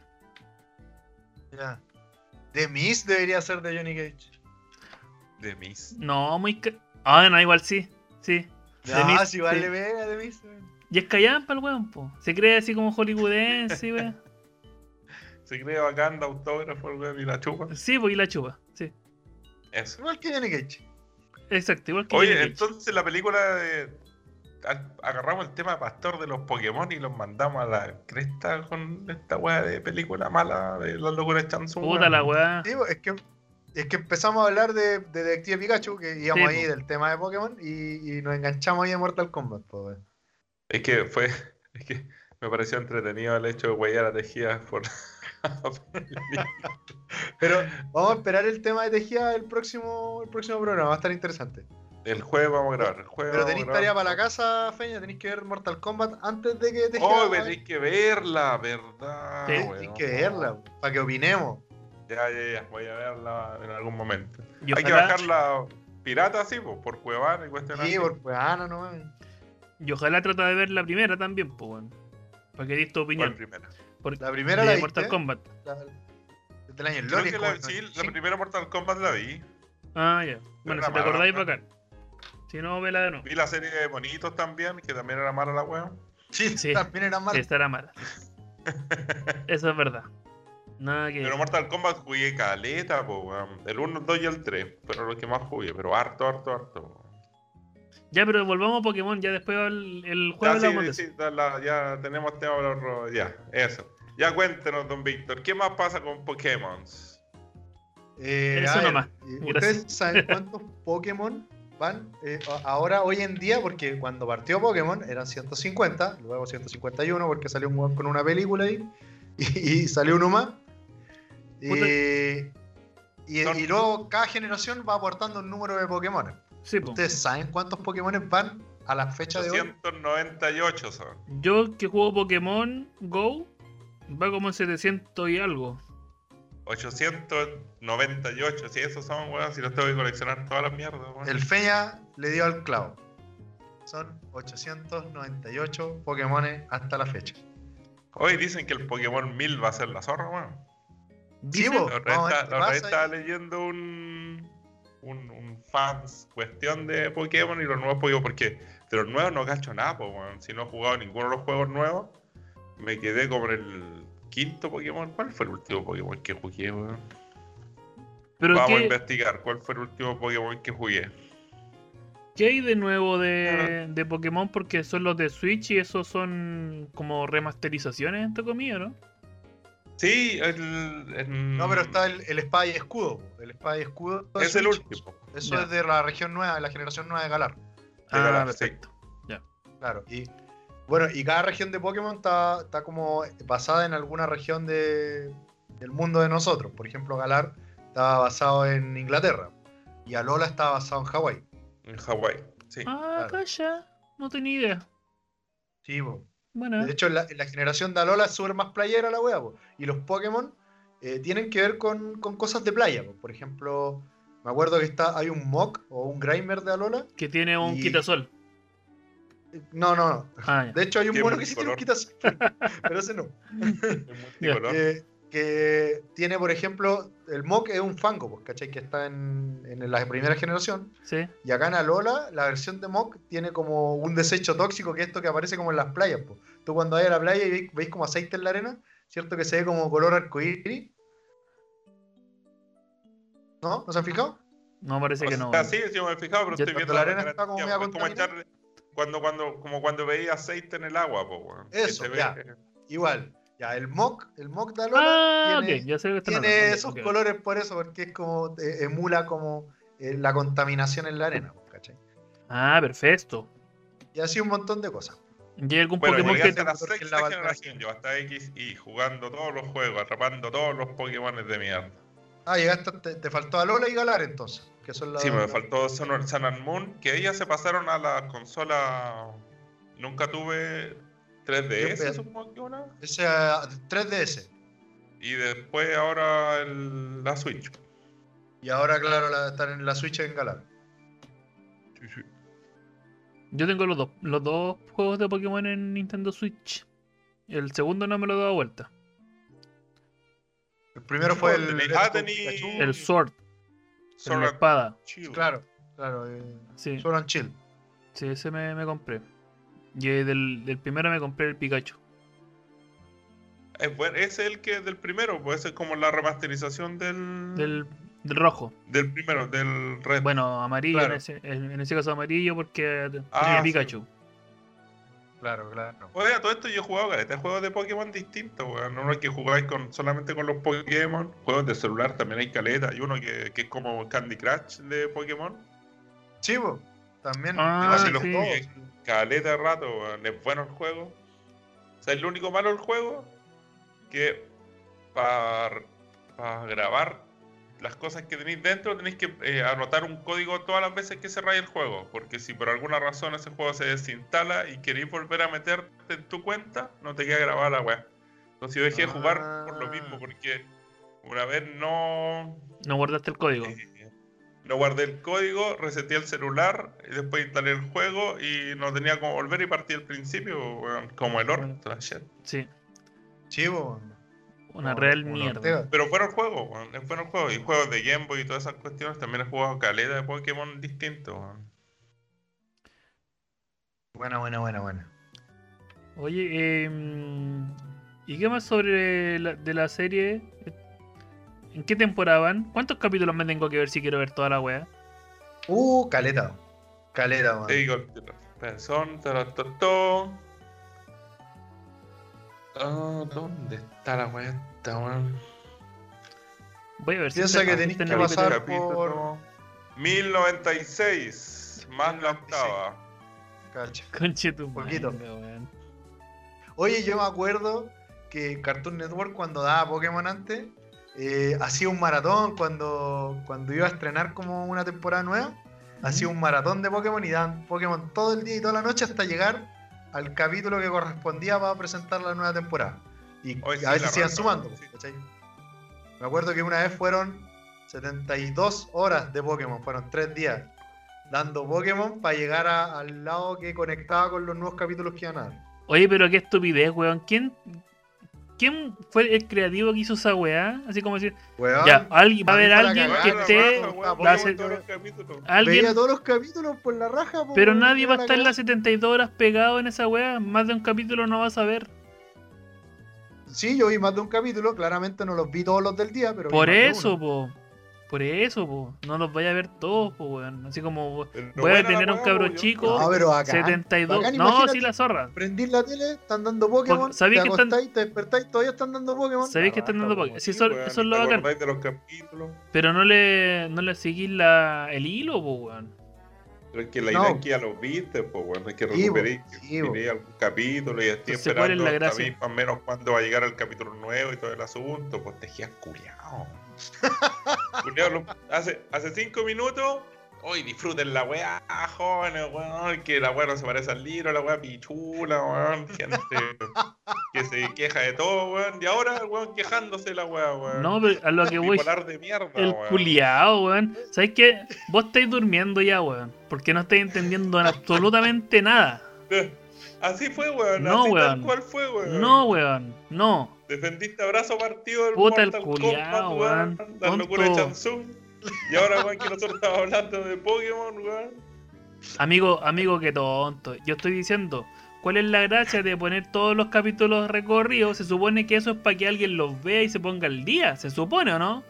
Ya. The Miz debería ser de Johnny Cage.
De mis.
No, muy. ca- Ah, no, igual sí. Sí. The
Ah,
Miz,
si vale
sí.
ver a The Miz. weón.
Y es callampa el weón, po. Se cree así como hollywoodense, weón.
Se cree bacán de autógrafo, el güey, y la chupa.
Sí, pues y la chupa. Sí.
Eso.
Igual que Johnny Cage.
Exacto, igual que Johnny
Oye,
Cage.
entonces la película de. a- Agarramos el tema pastor de los Pokémon y los mandamos a la cresta con esta weá de película mala de las locuras de Chanzón.
Puta
weón.
la weá.
Sí, pues, es que, es que empezamos a hablar de, de Detective Pikachu, que íbamos
Sí,
ahí
pues.
del tema de Pokémon, y, y nos enganchamos ahí a Mortal Kombat. pues, weón.
Es que fue. Es que me pareció entretenido el hecho de huellar a Tejidas por.
Pero vamos a esperar el tema de Tejía el próximo, el próximo programa, va a estar interesante.
el jueves vamos a grabar. El jueves vamos
Pero
a
tenéis
grabar.
tarea para la casa, Feña, tenéis que ver Mortal Kombat antes de que Tejía.
Oh, tenéis que verla, ¿verdad?
Sí.
tenéis
weón?
que verla, weón, para que opinemos.
Ya, ya, ya. Voy a verla en algún momento.
Y
Hay que
ojalá,
bajarla pirata, sí, po, por Cuevana y cuestionar.
Sí, por pues, ah, no, no, weón.
y ojalá trata de ver la primera también, pues weón. Para que digas tu opinión.
primera?
Por,
La primera
de
la
Mortal
viste,
Kombat.
la- del año
Creo
Loli,
que
como
la,
el
sí,
95.
la primera Mortal Kombat la vi.
Ah, ya. Bueno,
Era
si te
mala,
acordáis,
weón.
bacán. Si no, vela de nuevo.
Vi la serie de Monitos también, que también era mala la wea.
Sí,
Sí.
también era mal.
Sí, estará mala. Eso es verdad. Nada que.
Pero Mortal Kombat jugué caleta, po, weón. El 1, el 2 y el 3. Pero lo que más jugué, pero harto, harto, harto. po.
Ya, pero volvamos a Pokémon. Ya después el, el
Ya,
juego
Ah, sí,
hablamos de eso.
sí, da la- ya tenemos tema para otro- Ya, eso. Ya cuéntenos, don Víctor, ¿qué más pasa con Pokémon?
Eh,
Eso
a
nomás.
eh,
Gracias.
¿Ustedes saben cuántos Pokémon van eh, a- ahora, hoy en día? Porque cuando partió Pokémon eran 150, luego 151, porque salió un weón con una película ahí, y, y salió uno más.
Puta.
Eh, y,
Son-
y luego cada generación va aportando un número de Pokémon.
Sí, po.
¿Ustedes saben cuántos Pokémon van a la fecha de hoy?
898 son.
Yo que juego Pokémon Go, va como en 700 y algo.
898, si esos son, weón, si los tengo que coleccionar todas las mierdas, weón.
El Feña le dio al clavo. Son 898 Pokémon hasta la fecha.
Hoy dicen que el Pokémon 1000 va a ser la zorra, weón.
Dicen-
po.
La otra vez
Vamos a
estaba-
ver qué
la otra vez
pasa
estaba leyendo un, un, un fans cuestión de Pokémon y los nuevos Pokémon, porque de los nuevos no cacho nada, po, weón. Si no he jugado ninguno de los juegos nuevos, me quedé como en el quinto Pokémon. ¿Cuál fue el último Pokémon que jugué, weón?
Pero
Vamos a
¿qué,
investigar cuál fue el último Pokémon que jugué.
qué hay de nuevo de, de Pokémon? Porque son los de Switch y esos son como remasterizaciones, entre comillas, ¿no?
Sí, el, el-
No, pero está el, el espada y escudo. po. El espada y escudo.
Es el
Switch.
último.
Eso
Ya.
es de la región nueva, de la generación nueva de Galar.
Ah,
Galar,
perfecto.
Claro. Y bueno, y cada región de Pokémon está, está como basada en alguna región de- del mundo de nosotros. Por ejemplo, Galar estaba basado en Inglaterra. Y Alola estaba basado en Hawái.
En Hawái. Sí.
Ah,
claro.
calla. No tenía idea.
Sí, po.
Bueno,
De hecho, en la, en la generación de Alola es súper más playera la wea, po. Y los Pokémon eh, tienen que ver con, con cosas de playa, po. Por ejemplo, me acuerdo que está, hay un Mock o un Grimer de Alola.
que tiene un
y-
quitasol.
No, no, no.
Ah, ya.
De hecho, hay un
Qué
mono que sí tiene un
multicolor.
quitas, pero ese no.
Es multicolor.
Que, que tiene, por ejemplo, el mock es un fango, pues, ¿cachai? Que está en, en la primera generación.
Sí.
Y acá en Alola, la versión de mock tiene como un desecho tóxico, que es esto que aparece como en las playas. Pues. Tú cuando vas a la playa y veis, veis como aceite en la arena, ¿cierto? Que se ve como color arcoíris. ¿No? ¿No se han fijado?
No parece
O
que no.
sea,
bueno.
sí, sí, me he fijado, pero
Ya
estoy
cuando
viendo
la
la
arena está como
referencia,
media
pues, como
contaminada.
echarle- cuando, cuando, como cuando veía aceite en el agua, po, weón.
Eso,
Que se ve- eh,
ya. igual. Ya, el mock, el mock de Alola
Ah,
tiene,
ok, ya sé de qué están
tiene
hablando, ok,
esos
ok.
colores por eso, porque es como eh, emula como eh, la contaminación en la arena, ¿cachai?
Ah, perfecto.
Y así un montón de cosas.
¿Y hay algún
Bueno,
Pokémon
llegué
que
hasta la
porque
sexta
la-
generación yo, hasta X y jugando todos los juegos, atrapando todos los Pokémones de mierda.
Ah, llegaste, te, te faltó Alola y Galar entonces. Que son las-
Sí, me faltó Sun, Sun and Moon, que ellas se pasaron a la consola. Nunca tuve
Yo
3DS,
pe-
supongo que una.
Ese, ah, 3DS.
Y después ahora el- la Switch.
Y ahora, claro, la, están en la Switch en Galar.
Yo tengo los dos, los dos juegos de Pokémon en Nintendo Switch. El segundo no me lo he dado vuelta.
El primero fue el.
Tenéis-
el-
ah, tenéis-
Pikachu.
El Sword, el
Sword
la
and
espada.
Shield.
Claro, claro. eh,
Sí,
Sword and Shield.
sí, ese me, me compré. Y eh, del, del primero me compré el Pikachu.
Es Eh, bueno, ese es el que del primero, pues ese es como la remasterización del,
Mm.
Del, del rojo.
del primero, del Red.
Bueno, amarillo,
Claro.
en, ese, en- en ese caso amarillo porque
Ah,
tenía
sí.
Pikachu.
Claro, claro.
Oye, a todo esto yo he jugado caleta de juegos de Pokémon distintos, weón. Uno que jugáis con, solamente con los Pokémon, juegos de celular también hay caleta, hay uno que, que es como Candy Crush de Pokémon.
Chivo, también.
Ah,
Igual se
sí.
los juegos.
Caleta de rato, weón. Es bueno el juego. O sea, es lo único malo del juego que para grabar las cosas que tenéis dentro tenéis que eh, anotar un código todas las veces que cerráis el juego. Porque si por alguna razón ese juego se desinstala y queréis volver a meterte en tu cuenta, no te queda grabada la weá. Entonces yo dejé de jugar por lo mismo,
Ah.
porque una vez no,
No guardaste el código.
eh, No guardé el código, reseté el celular, y después instalé el juego y no tenía como volver y partí al principio, weón, como el orto, la shit.
Sí,
Chivo.
una
No,
real
como
mierda.
Ortega.
Pero fueron juegos, weón, es bueno el juego. Y juegos de Game Boy y todas esas cuestiones, también he jugado caleta de Pokémon distintos, weón.
Buena, buena, buena, buena.
Oye, eh, mm, ¿y qué más sobre la, de la serie? ¿En qué temporada van? ¿Cuántos capítulos me tengo que ver si quiero ver toda la wea?
Uh, caleta. Caleta, man.
Te digo el tiro. Pensón, taratoto. Ah, ¿Dónde está la weá esta, weón?
Voy a ver si
Piensa
está-
que tenés
está en
que
el
pasar
capítulo.
por-
1096, más la octava.
Cacha.
Conche tu
Poquito.
manga, weón.
Oye, yo me acuerdo que Cartoon Network cuando daba Pokémon antes, eh, hacía un maratón cuando, cuando iba a estrenar como una temporada nueva. Hacía un maratón de Pokémon y daban Pokémon todo el día y toda la noche hasta llegar al capítulo que correspondía para presentar la nueva temporada. Y
Hoy sí,
a
la
veces iban
raja,
sumando.
sí.
¿cachai? Me acuerdo que una vez fueron 72 horas de Pokémon, fueron 3 días dando Pokémon para llegar a- al lado que conectaba con los nuevos capítulos que iban a dar.
Oye, pero qué estupidez, weón. ¿Quién, ¿Quién fue el creativo que hizo esa weá? Así como decir,
Weón,
ya, alguien, va a haber
para
alguien
cagar,
que
la
esté.
raja,
weón,
la
vimos
se-
todos los capítulos.
Alguien,
Veía todos los capítulos por la raja. po,
pero
weón,
nadie va a
era
estar
la
las 72 horas pegado en esa weá. Más de un capítulo no vas a ver.
cagada. Sí, yo vi más de un capítulo, claramente no los vi todos los del día, pero... vi
Por
más de
eso,
uno.
po. Por eso, po. No los vaya a ver todos, po, weón. Así como
Pero
voy a
buena la
tener a un
weá,
cabro
weón.
chico.
No, Ah, pero acá...
72.
Bacán,
no,
imagínate.
sí, la zorra.
Prendís la tele, están dando Pokémon,
Porque sabí
te
que están-
acostáis, te despertáis, todavía están dando Pokémon.
Sabéis que
La
están
raja,
dando
po,
pa-
weón.
Sí, eso,
Sí, weón,
eso es
¿te
lo bacán.
acordáis de los capítulos?
Pero no le, no le seguís la, el hilo, po, weón.
Pero es que la
No.
idea es que ya los viste, pues bueno, es que
Sí, bo,
recuperéis
sí, bo.
miré algún capítulo y estoy
Entonces, pues. ¿cuál es
esperando
la
hasta
gracia?
mí, más o menos cuándo va a llegar el capítulo nuevo y todo el asunto, pues tejías culiao. Culiao, lo- hace, hace cinco minutos, hoy disfruten la weá, jóvenes, weón, que la weá no se parece al libro, la weá pichula, weón, gente que se queja de todo, weón, y ahora, weón, quejándose de la weá, weón.
No, pero a lo que voy.
Bipolar de mierda,
El
weón.
culiao, weón. ¿Sabes qué? Vos estáis durmiendo ya, weón. Porque no estáis entendiendo en absolutamente nada.
Así fue, weón.
No,
así
weón.
tal cual fue, weón.
No, weón. No.
Defendiste abrazo partido del
Puta el
Mortal
culiao,
Kombat,
weón.
La
Tonto.
locura de Chansung. Y ahora, weón, que nosotros estamos hablando de Pokémon, weón.
Amigo, amigo, qué tonto. Yo estoy diciendo, ¿cuál es la gracia de poner todos los capítulos recorridos? Se supone que eso es para que alguien los vea y se ponga al día. ¿Se supone o no?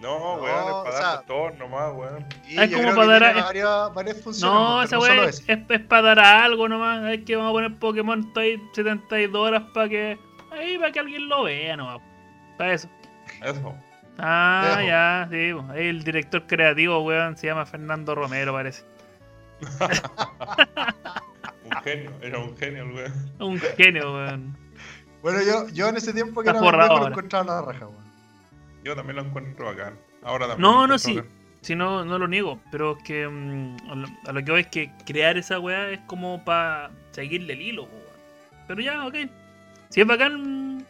No,
No,
weón, es para
o sea-
darle todo nomás, weón.
Y
Es
yo
como para
creo que
dar a-
tiene varias, varias funciones.
No,
porque
esa
no
weá
solo
es,
ese.
es para dar a algo nomás. Es que vamos a poner Pokémon estoy 72 horas para que ahí para que alguien lo vea nomás. Para eso.
Eso.
Ah,
Dejo.
ya, sí. po. Ahí El director creativo, weón, se llama Fernando Romero, parece.
Un genio, era un genio el weón.
Un genio, weón.
Bueno, yo, yo en ese tiempo que
Está
era pendejo
forrado
lo
ahora.
encontraba la raja, weón.
Yo también lo encuentro bacán. Ahora también.
No,
lo
no,
encuentro
sí.
bacán.
Si no, no lo niego, pero es que mm, a lo- a lo que voy es que crear esa weá es como para seguirle el hilo, po, weón. Pero ya, ok. Si es bacán mm,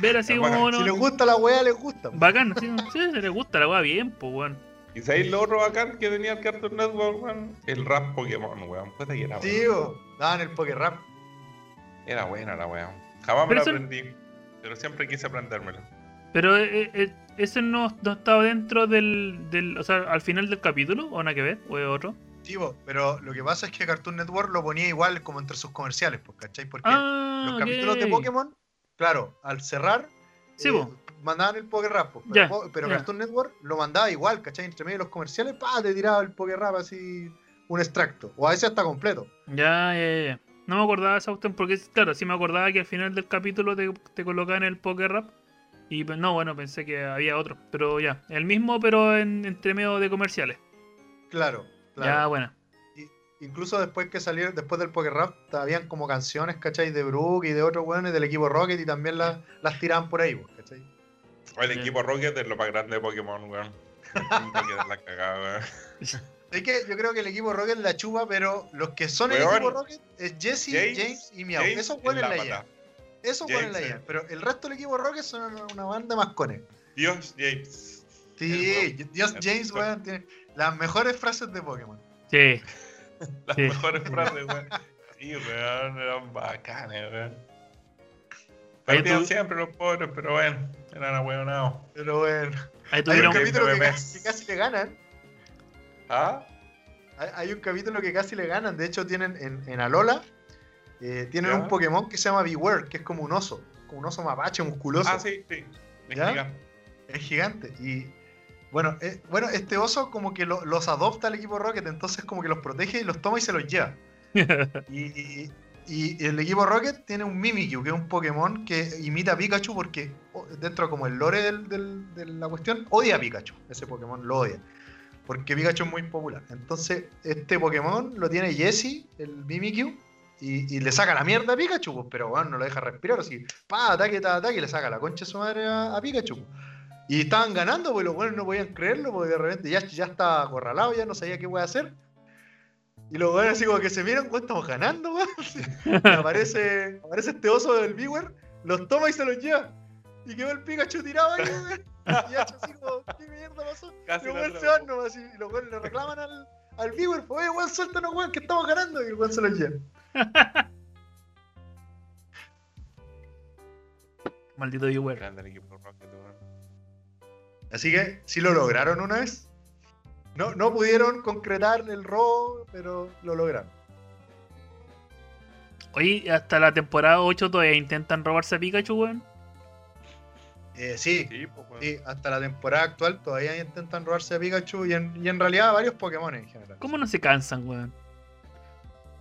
ver así
Es
como
bacán.
uno.
Si les gusta la weá, les gusta. weón.
Bacán, sí, sí, se le gusta la weá bien, pues weón.
¿Y sabéis lo otro bacán que tenía el Cartoon Network, weón? El rap Pokémon, weón. Puta que era bueno.
Sí, weón. Daban el poker rap.
Era buena la weón. Jamás me
Pero
la
eso-
aprendí. Pero siempre quise aprendérmela.
Pero eh, eh, ese no, no estaba dentro del, del. O sea, al final del capítulo, o nada que ver, o es otro.
Sí, weón. Pero lo que pasa es que Cartoon Network lo ponía igual como entre sus comerciales, pues, ¿cachai? Porque
Ah,
los capítulos de
ok.
Pokémon, claro, al cerrar,
Sí,
eh,
po.
mandaban el Poker Rap, po, pero,
Ya,
po- pero
ya.
Cartoon Network lo mandaba igual, ¿cachai? Entre medio de los comerciales, pa, te tiraba el Poker Rap así, un extracto, o a veces hasta completo.
Ya, ya, ya. No me acordaba de esa cuestión porque, claro, sí me acordaba que al final del capítulo te, te colocaban el poker rap. Y pe- no, bueno, pensé que había otro. Pero ya, el mismo, pero en, entre medio de comerciales.
Claro,
Ya,
claro.
bueno.
Incluso después que salieron, después del Poker Rap, habían como canciones, ¿cachai? De Brook y de otros weones del equipo Rocket y también las, las tiraban por ahí, po, ¿cachai?
El
Ya.
equipo Rocket es lo más grande de Pokémon, weón. El Rocket es la cagada, weón.
Es que yo creo que el equipo Rocket la chupa, pero los que son el
Weón.
equipo Rocket es Jesse, James, y Miau.
James
Esos
es
weones la
pata.
llevan. Esos
James,
weones la
eh.
llevan. Pero el resto del equipo Rocket son una, una banda más cones.
Dios, James.
Sí,
El weón.
Dios
El
James,
weón.
weón, tiene las mejores frases de Pokémon.
Sí.
Las
Sí.
mejores frases, weón. Sí, weón, eran bacanes, weón.
Ahí
Perdían
tú-
siempre los pobres, pero bueno, eran ahueonados.
Pero bueno,
Ahí
hay un
tuvieron.
que-
capítulo que,
me-
casi, que casi le ganan.
¿Ah?
Hay, hay un capítulo que casi le ganan. De hecho, tienen en, en Alola, eh, tienen
Ya.
un Pokémon que se llama Beware, que es como un oso, como un oso mapache musculoso.
Ah, sí, sí. Me
¿Ya?
explica.
Es gigante. Y bueno, eh, bueno, este oso como que lo- los adopta el equipo Rocket, entonces como que los protege y los toma y se los lleva. Y, y- y el equipo Rocket tiene un Mimikyu, que es un Pokémon que imita a Pikachu porque o- dentro como el lore del- del- de la cuestión, odia a Pikachu. Ese Pokémon lo odia. Porque Pikachu es muy popular. Entonces, este Pokémon lo tiene Jesse, el Mimikyu, y, y le saca la mierda a Pikachu, pues, pero bueno, no lo deja respirar. Así, pa, ataque, ta, ataque, y le saca la concha de su madre a, a Pikachu. pues. Y estaban ganando, pues los buenos no podían creerlo, porque de repente ya, ya estaba acorralado, ya no sabía qué voy a hacer. Y los buenos así como que se vieron, pues estamos ganando, weón. Y aparece, aparece este oso del viewer, los toma y se los lleva. Y quedó el Pikachu tirado ahí, weón. Y Ash así como, ¿qué mierda pasó?
Casi
Y los
lo
weones se
logro.
van nomás así, y los weones le reclaman al, al viewer, pues, oye, weón, suéltanos, weón, que estamos ganando. Y el weón se los lleva.
Maldito viewer.
Grande el equipo Rocket, weón.
Así que sí lo lograron una vez. No, no pudieron concretar el robo, pero lo lograron.
Oye, hasta la temporada 8 todavía intentan robarse a Pikachu, weón.
Eh, sí,
Sí, pues, weón.
sí, hasta la temporada actual todavía intentan robarse a Pikachu y en, y en realidad a varios Pokémon en general.
¿Cómo no se cansan, weón?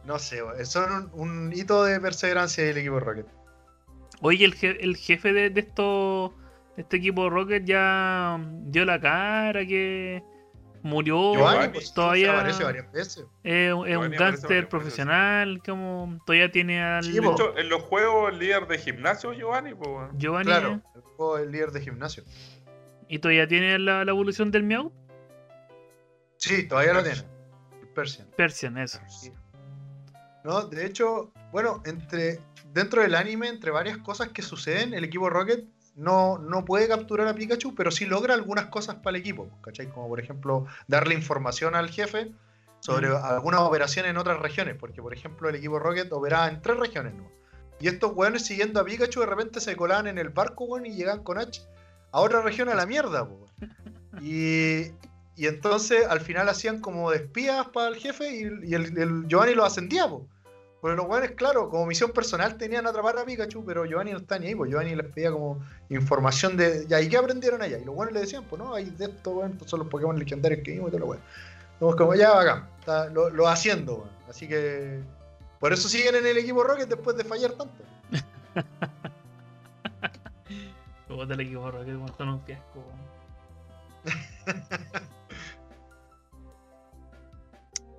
No sé, son un, un hito de perseverancia del equipo Rocket.
Oye, el, je- el jefe de, de esto, de este equipo Rocket ya mm, dio la cara, que murió.
Giovanni,
pues,
todavía
Aparece varias veces.
eh, es un
Giovanni aparece varias
gángster
veces.
profesional, como todavía tiene al
Sí,
De hecho, en los juegos, el líder de gimnasio, Giovanni, pues, weón.
Giovanni
Claro, el juego del líder de gimnasio.
y todavía tiene la, la evolución del Miau.
Sí, todavía lo tiene.
Persian.
El Persian.
Persian, eso.
No, de hecho, bueno, entre dentro del anime, entre varias cosas que suceden, el equipo Rocket no, no puede capturar a Pikachu, pero sí logra algunas cosas para el equipo, pues, ¿cachai? Como por ejemplo, darle información al jefe sobre algunas operaciones en otras regiones, porque por ejemplo el equipo Rocket operaba en tres regiones, ¿no? Y estos weones siguiendo a Pikachu de repente se colaban en el barco, weón, y llegaban con H a otra región a la mierda, po, weón. Y, y entonces al final hacían como de espías para el jefe y, y el, el Giovanni los ascendía, po. Porque los weones, claro, como misión personal tenían atrapar a Pikachu, pero Giovanni no está ni ahí, pues Giovanni les pedía como información de. Ya, ¿y qué aprendieron allá? Y los weones le decían, pues no, hay de estos, weón, estos son los Pokémon legendarios que vimos y todo lo weón. Entonces, como ya acá, lo, lo haciendo, weón. Así que. Por eso siguen en el equipo Rocket después de fallar tanto.
juegos pues, del equipo Rocket weón, son un fiasco, weón.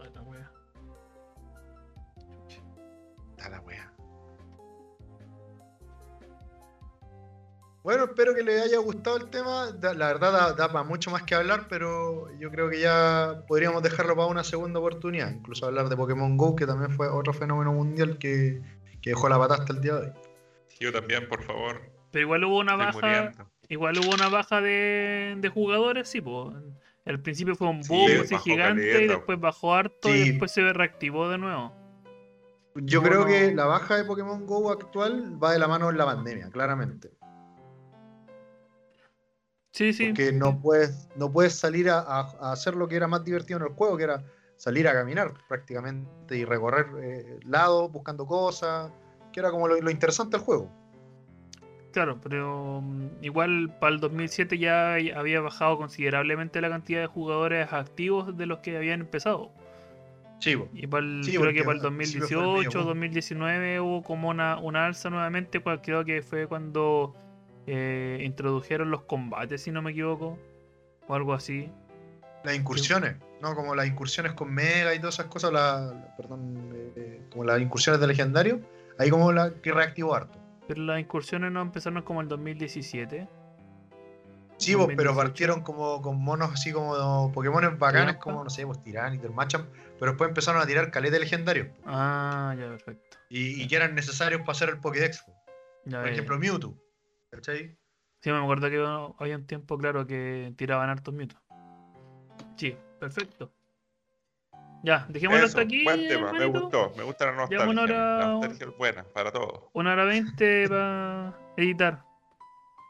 Ay, la wea.
Está la wea.
Bueno, espero que les haya gustado el tema. Da- La verdad da, da para mucho más que hablar, pero yo creo que ya podríamos dejarlo para una segunda oportunidad. Incluso hablar de Pokémon Go, que también fue otro fenómeno mundial que, que dejó la patada hasta el día de hoy.
Yo también, por favor.
Pero igual hubo una
Estoy
baja.
muriendo.
Igual hubo una baja de, de jugadores, sí, pues. Al principio fue un
Sí,
boom así
bajó
gigante, y
caleta,
después bajó harto y
Sí.
después se reactivó de nuevo.
Yo
No,
creo
no.
que la baja de Pokémon Go actual va de la mano en la pandemia, claramente.
Sí, sí.
Porque no puedes, no puedes salir a, a- a hacer lo que era más divertido en el juego, que era salir a caminar prácticamente y recorrer eh, lados, buscando cosas, que era como lo, lo interesante del juego.
Claro, pero mm, igual para el 2007 ya hay- había bajado considerablemente la cantidad de jugadores activos de los que habían empezado.
Chivo.
Y para el-
Sí,
creo
porque
que para el
al principio fue el medio
2018,
boom.
2019 hubo como una, una alza nuevamente, cual- creo que fue cuando eh, introdujeron los combates, si no me equivoco, o algo así.
Las incursiones, ¿no? Como las incursiones con Mega y todas esas cosas, la- la- perdón, eh, como las incursiones de legendario, ahí como la que reactivó harto.
Pero las incursiones no empezaron como el 2017.
Sí, vos,
2018.
pero partieron como con monos así como Pokémon bacanes,
Trampa.
como no sé, pues Tyrannitar, Machamp, pero después empezaron a tirar caleta de legendarios
Ah, ya, perfecto.
y, y que eran necesarios para hacer el Pokédex. po.
Ya,
Por
ya,
ejemplo, Mewtwo. ¿Cachai?
ya. Sí, me acuerdo que bueno, había un tiempo, claro, que tiraban hartos mitos. Sí, perfecto. Ya, dejémoslo
Eso,
hasta aquí.
buen tema, me
hermanito.
gustó, me gusta la nostalgia.
una hora-
La nostalgia es buena para todos.
Una hora veinte para editar.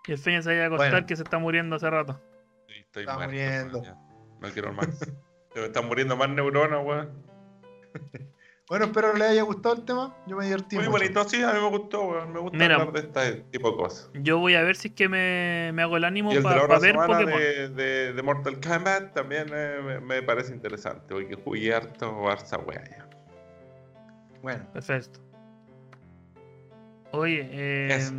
Y el Feña se vaya a acostar
Bueno.
que se está muriendo hace rato.
Sí, Estoy
Está
muerto,
muriendo.
weón, ya. No quiero más. Pero están muriendo más neuronas, weón.
Bueno, espero les haya gustado el tema. Yo me divertí.
Muy
mucho.
bonito, sí, a mí me gustó, weón. Me gusta
Mira.
hablar de este tipo de cosas.
Yo voy a ver si es que me, me hago el ánimo
Y el de la
para
otra
ver
semana
Pokémon.
de, de- de Mortal Kombat también eh, me, me parece interesante, porque jugué harto Barça, weá. ya.
Bueno,
Perfecto. Oye, eh,
Eso.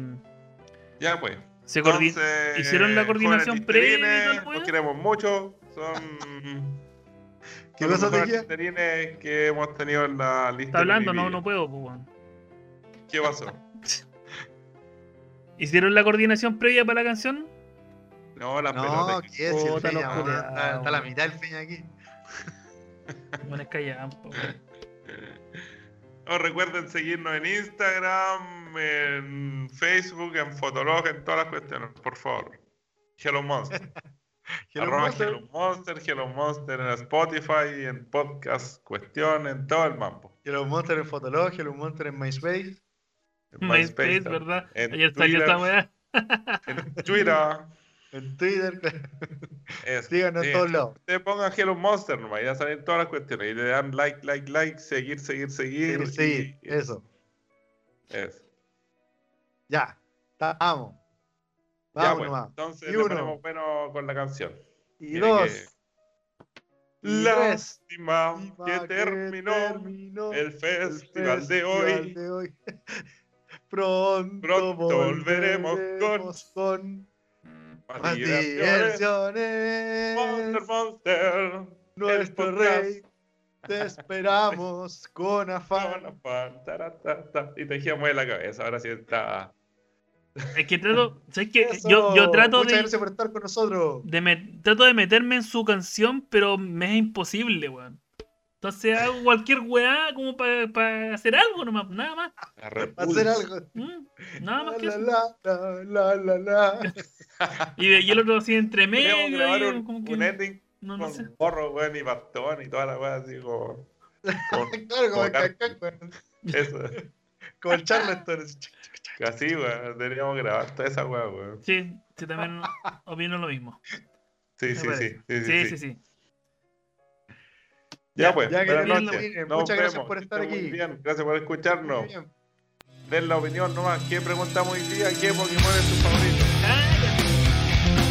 Ya, pues.
se coordinó.
Entonces,
¿hicieron la
jóvenes
coordinación
tisterines,
previa y tal, weá?
Los queremos mucho. Son.
¿Qué
son los
cosa te
mejores
dije?
tisterines que hemos tenido en la lista.
Está
de
hablando,
mi
no,
vida.
no puedo, pues, weón.
¿Qué pasó?
¿Hicieron la coordinación previa para la canción?
No, la pelota.
no,
que-
¿qué es el
Puta,
Feña,
los
weón?
culiados,
Está, está la
weón.
mitad del Feña aquí.
Bueno, es que ya, po, weón.
No, Oh, recuerden seguirnos en Instagram, en Facebook, en Fotolog, en todas las cuestiones, por favor. Hello Monster.
Hello
Arroba
Monster.
Hello Monster, Hello Monster en Spotify, en podcast, cuestión, en todo el mambo.
Hello Monster en Fotolog, Hello Monster en MySpace.
En
MySpace,
MySpace,
¿verdad?
en
Ayer salió
Twitter.
esta weá.
En Twitter.
En Twitter,
Eso,
síganos
sí.
en todos lados.
Te pongan Hello Monster nomás, ya salen todas las cuestiones. Y le dan like, like, like, seguir, seguir,
Sí,
seguir.
sí,
y-
eso.
eso.
Ya, estamos.
Ya,
Vamos
pues,
nomás.
entonces
Y
le
uno.
ponemos bueno con la canción.
Y
Tiene que-
dos. y tres.
Lástima que terminó el festival de hoy.
Pronto,
Pronto volveremos
volveremos,
con-
con, más
Diversiones,
diversiones.
Monster, Monster,
Nuestro
podcast.
rey, te esperamos con afán.
Jonathan, taratatá. Y te giramos de la cabeza, ahora sí está.
Es que trato, ¿sabes qué?
Eso.
Yo, yo trato
Muchas
de,
gracias por estar con nosotros.
de me- trato de meterme en su canción, pero me es imposible, weón. Entonces hago cualquier weá como para hacer algo nomás, nada más.
la
Hacer
repulsa.
algo.
Mm, Nada más que
La,
eso.
la, la, la, la, la.
Y, de- y el otro así entre medio,
Queremos grabar
y
un,
como que-
un ending
no, no sé.
con gorro, weón, y bastón y toda la weá así como. con-
Claro, como el
Tocar.
Cancán, weón.
eso.
Como el Charleston.
Así, weón, deberíamos grabar toda esa weá, weón.
Sí, sí, también opino lo mismo.
Sí,
me
sí, sí,
parece.
sí,
Sí,
sí,
sí, sí.
Ya pues,
Ya que
buenas
bien lo
noches.
miren.
Nos
Muchas gracias
vemos.
por
Que
estar
estén muy
aquí.
bien. Gracias por escucharnos.
Muy bien.
Den la opinión nomás. ¿Qué preguntamos hoy día? ¿Qué Pokémon es tu favorito?
Cállate.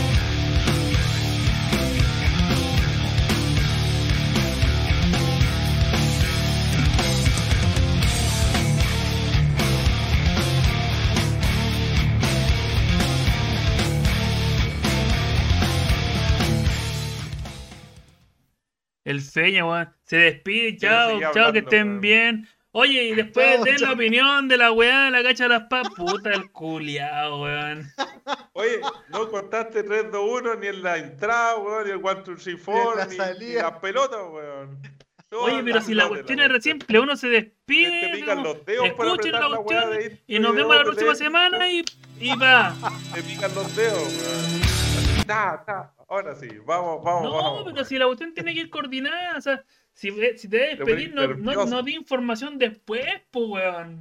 El Feña, weón. Se despide,
Quiero
chao,
seguir
chao, que
hablando,
estén
weón.
bien. Oye, y después
Chao,
den la
chao.
opinión de la weá de la cacha de las papas. Puta, el culiao, weón.
Oye, no contaste 3-2-1 ni en la entrada, weón, ni el 1-2-3-4,
Ni
ni,
en la
ni
salida.
las pelotas, weón. Todo
Oye, pero si la cuestión es re
cuestión.
simple, uno se
Te-
despide.
Te pican
¿no?
los dedos para
Escuchen
apretar
la
la
cuestión
weá de ahí,
Y nos
te
vemos la
dedos,
próxima
te-
semana y, y va.
Te pican los dedos, weón. Ta, ta. Ahora sí, vamos, vamos,
No,
vamos.
pero si la cuestión tiene que ir coordinada, o sea, si, ve- si te debes
Te
pedir, no,
pones
no,
nervioso.
no di información después, pues, weón.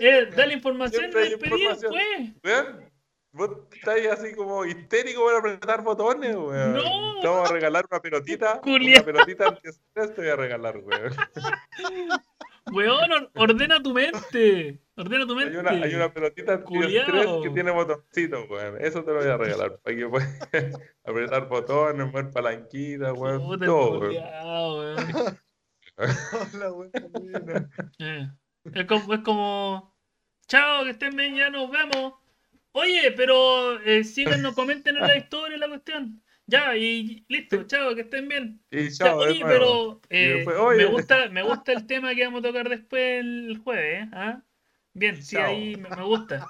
Eh, da la información
Siempre hay
del pedido
información.
después.
Weón, vos estás así como histérico para apretar botones, weón.
No.
Te vamos a regalar una pelotita.
Culiao.
Una pelotita antiestrés te voy a regalar, weón.
Weón, or- ordena tu mente. Ordena tu
Hay
mente.
una, hay una pelotita antiestrés
Culiao.
que tiene botoncito, weón. Eso te lo voy a regalar. Para que puedas apretar botones, mover palanquita, weón.
Puta,
Todo, weón.
culiao, weón.
Hola, weón.
Eh, Es como, es como, chao, que estén bien, ya nos vemos. Oye, pero eh, síganos, comenten en la historia la cuestión. Ya, y listo, chao, que estén bien.
Y
Ya,
chao, de
oye,
nuevo.
pero eh,
después, oye.
me gusta, me gusta el tema que vamos a tocar después el jueves, ¿eh? ¿Ah? Bien, sí,
Chao.
ahí me, me gusta.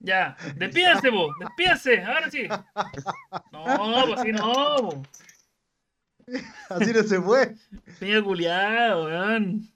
Ya, despídase vos, despídase, ahora sí. No, pues sí, no, po.
Así no se fue.
Peña culiado, weón.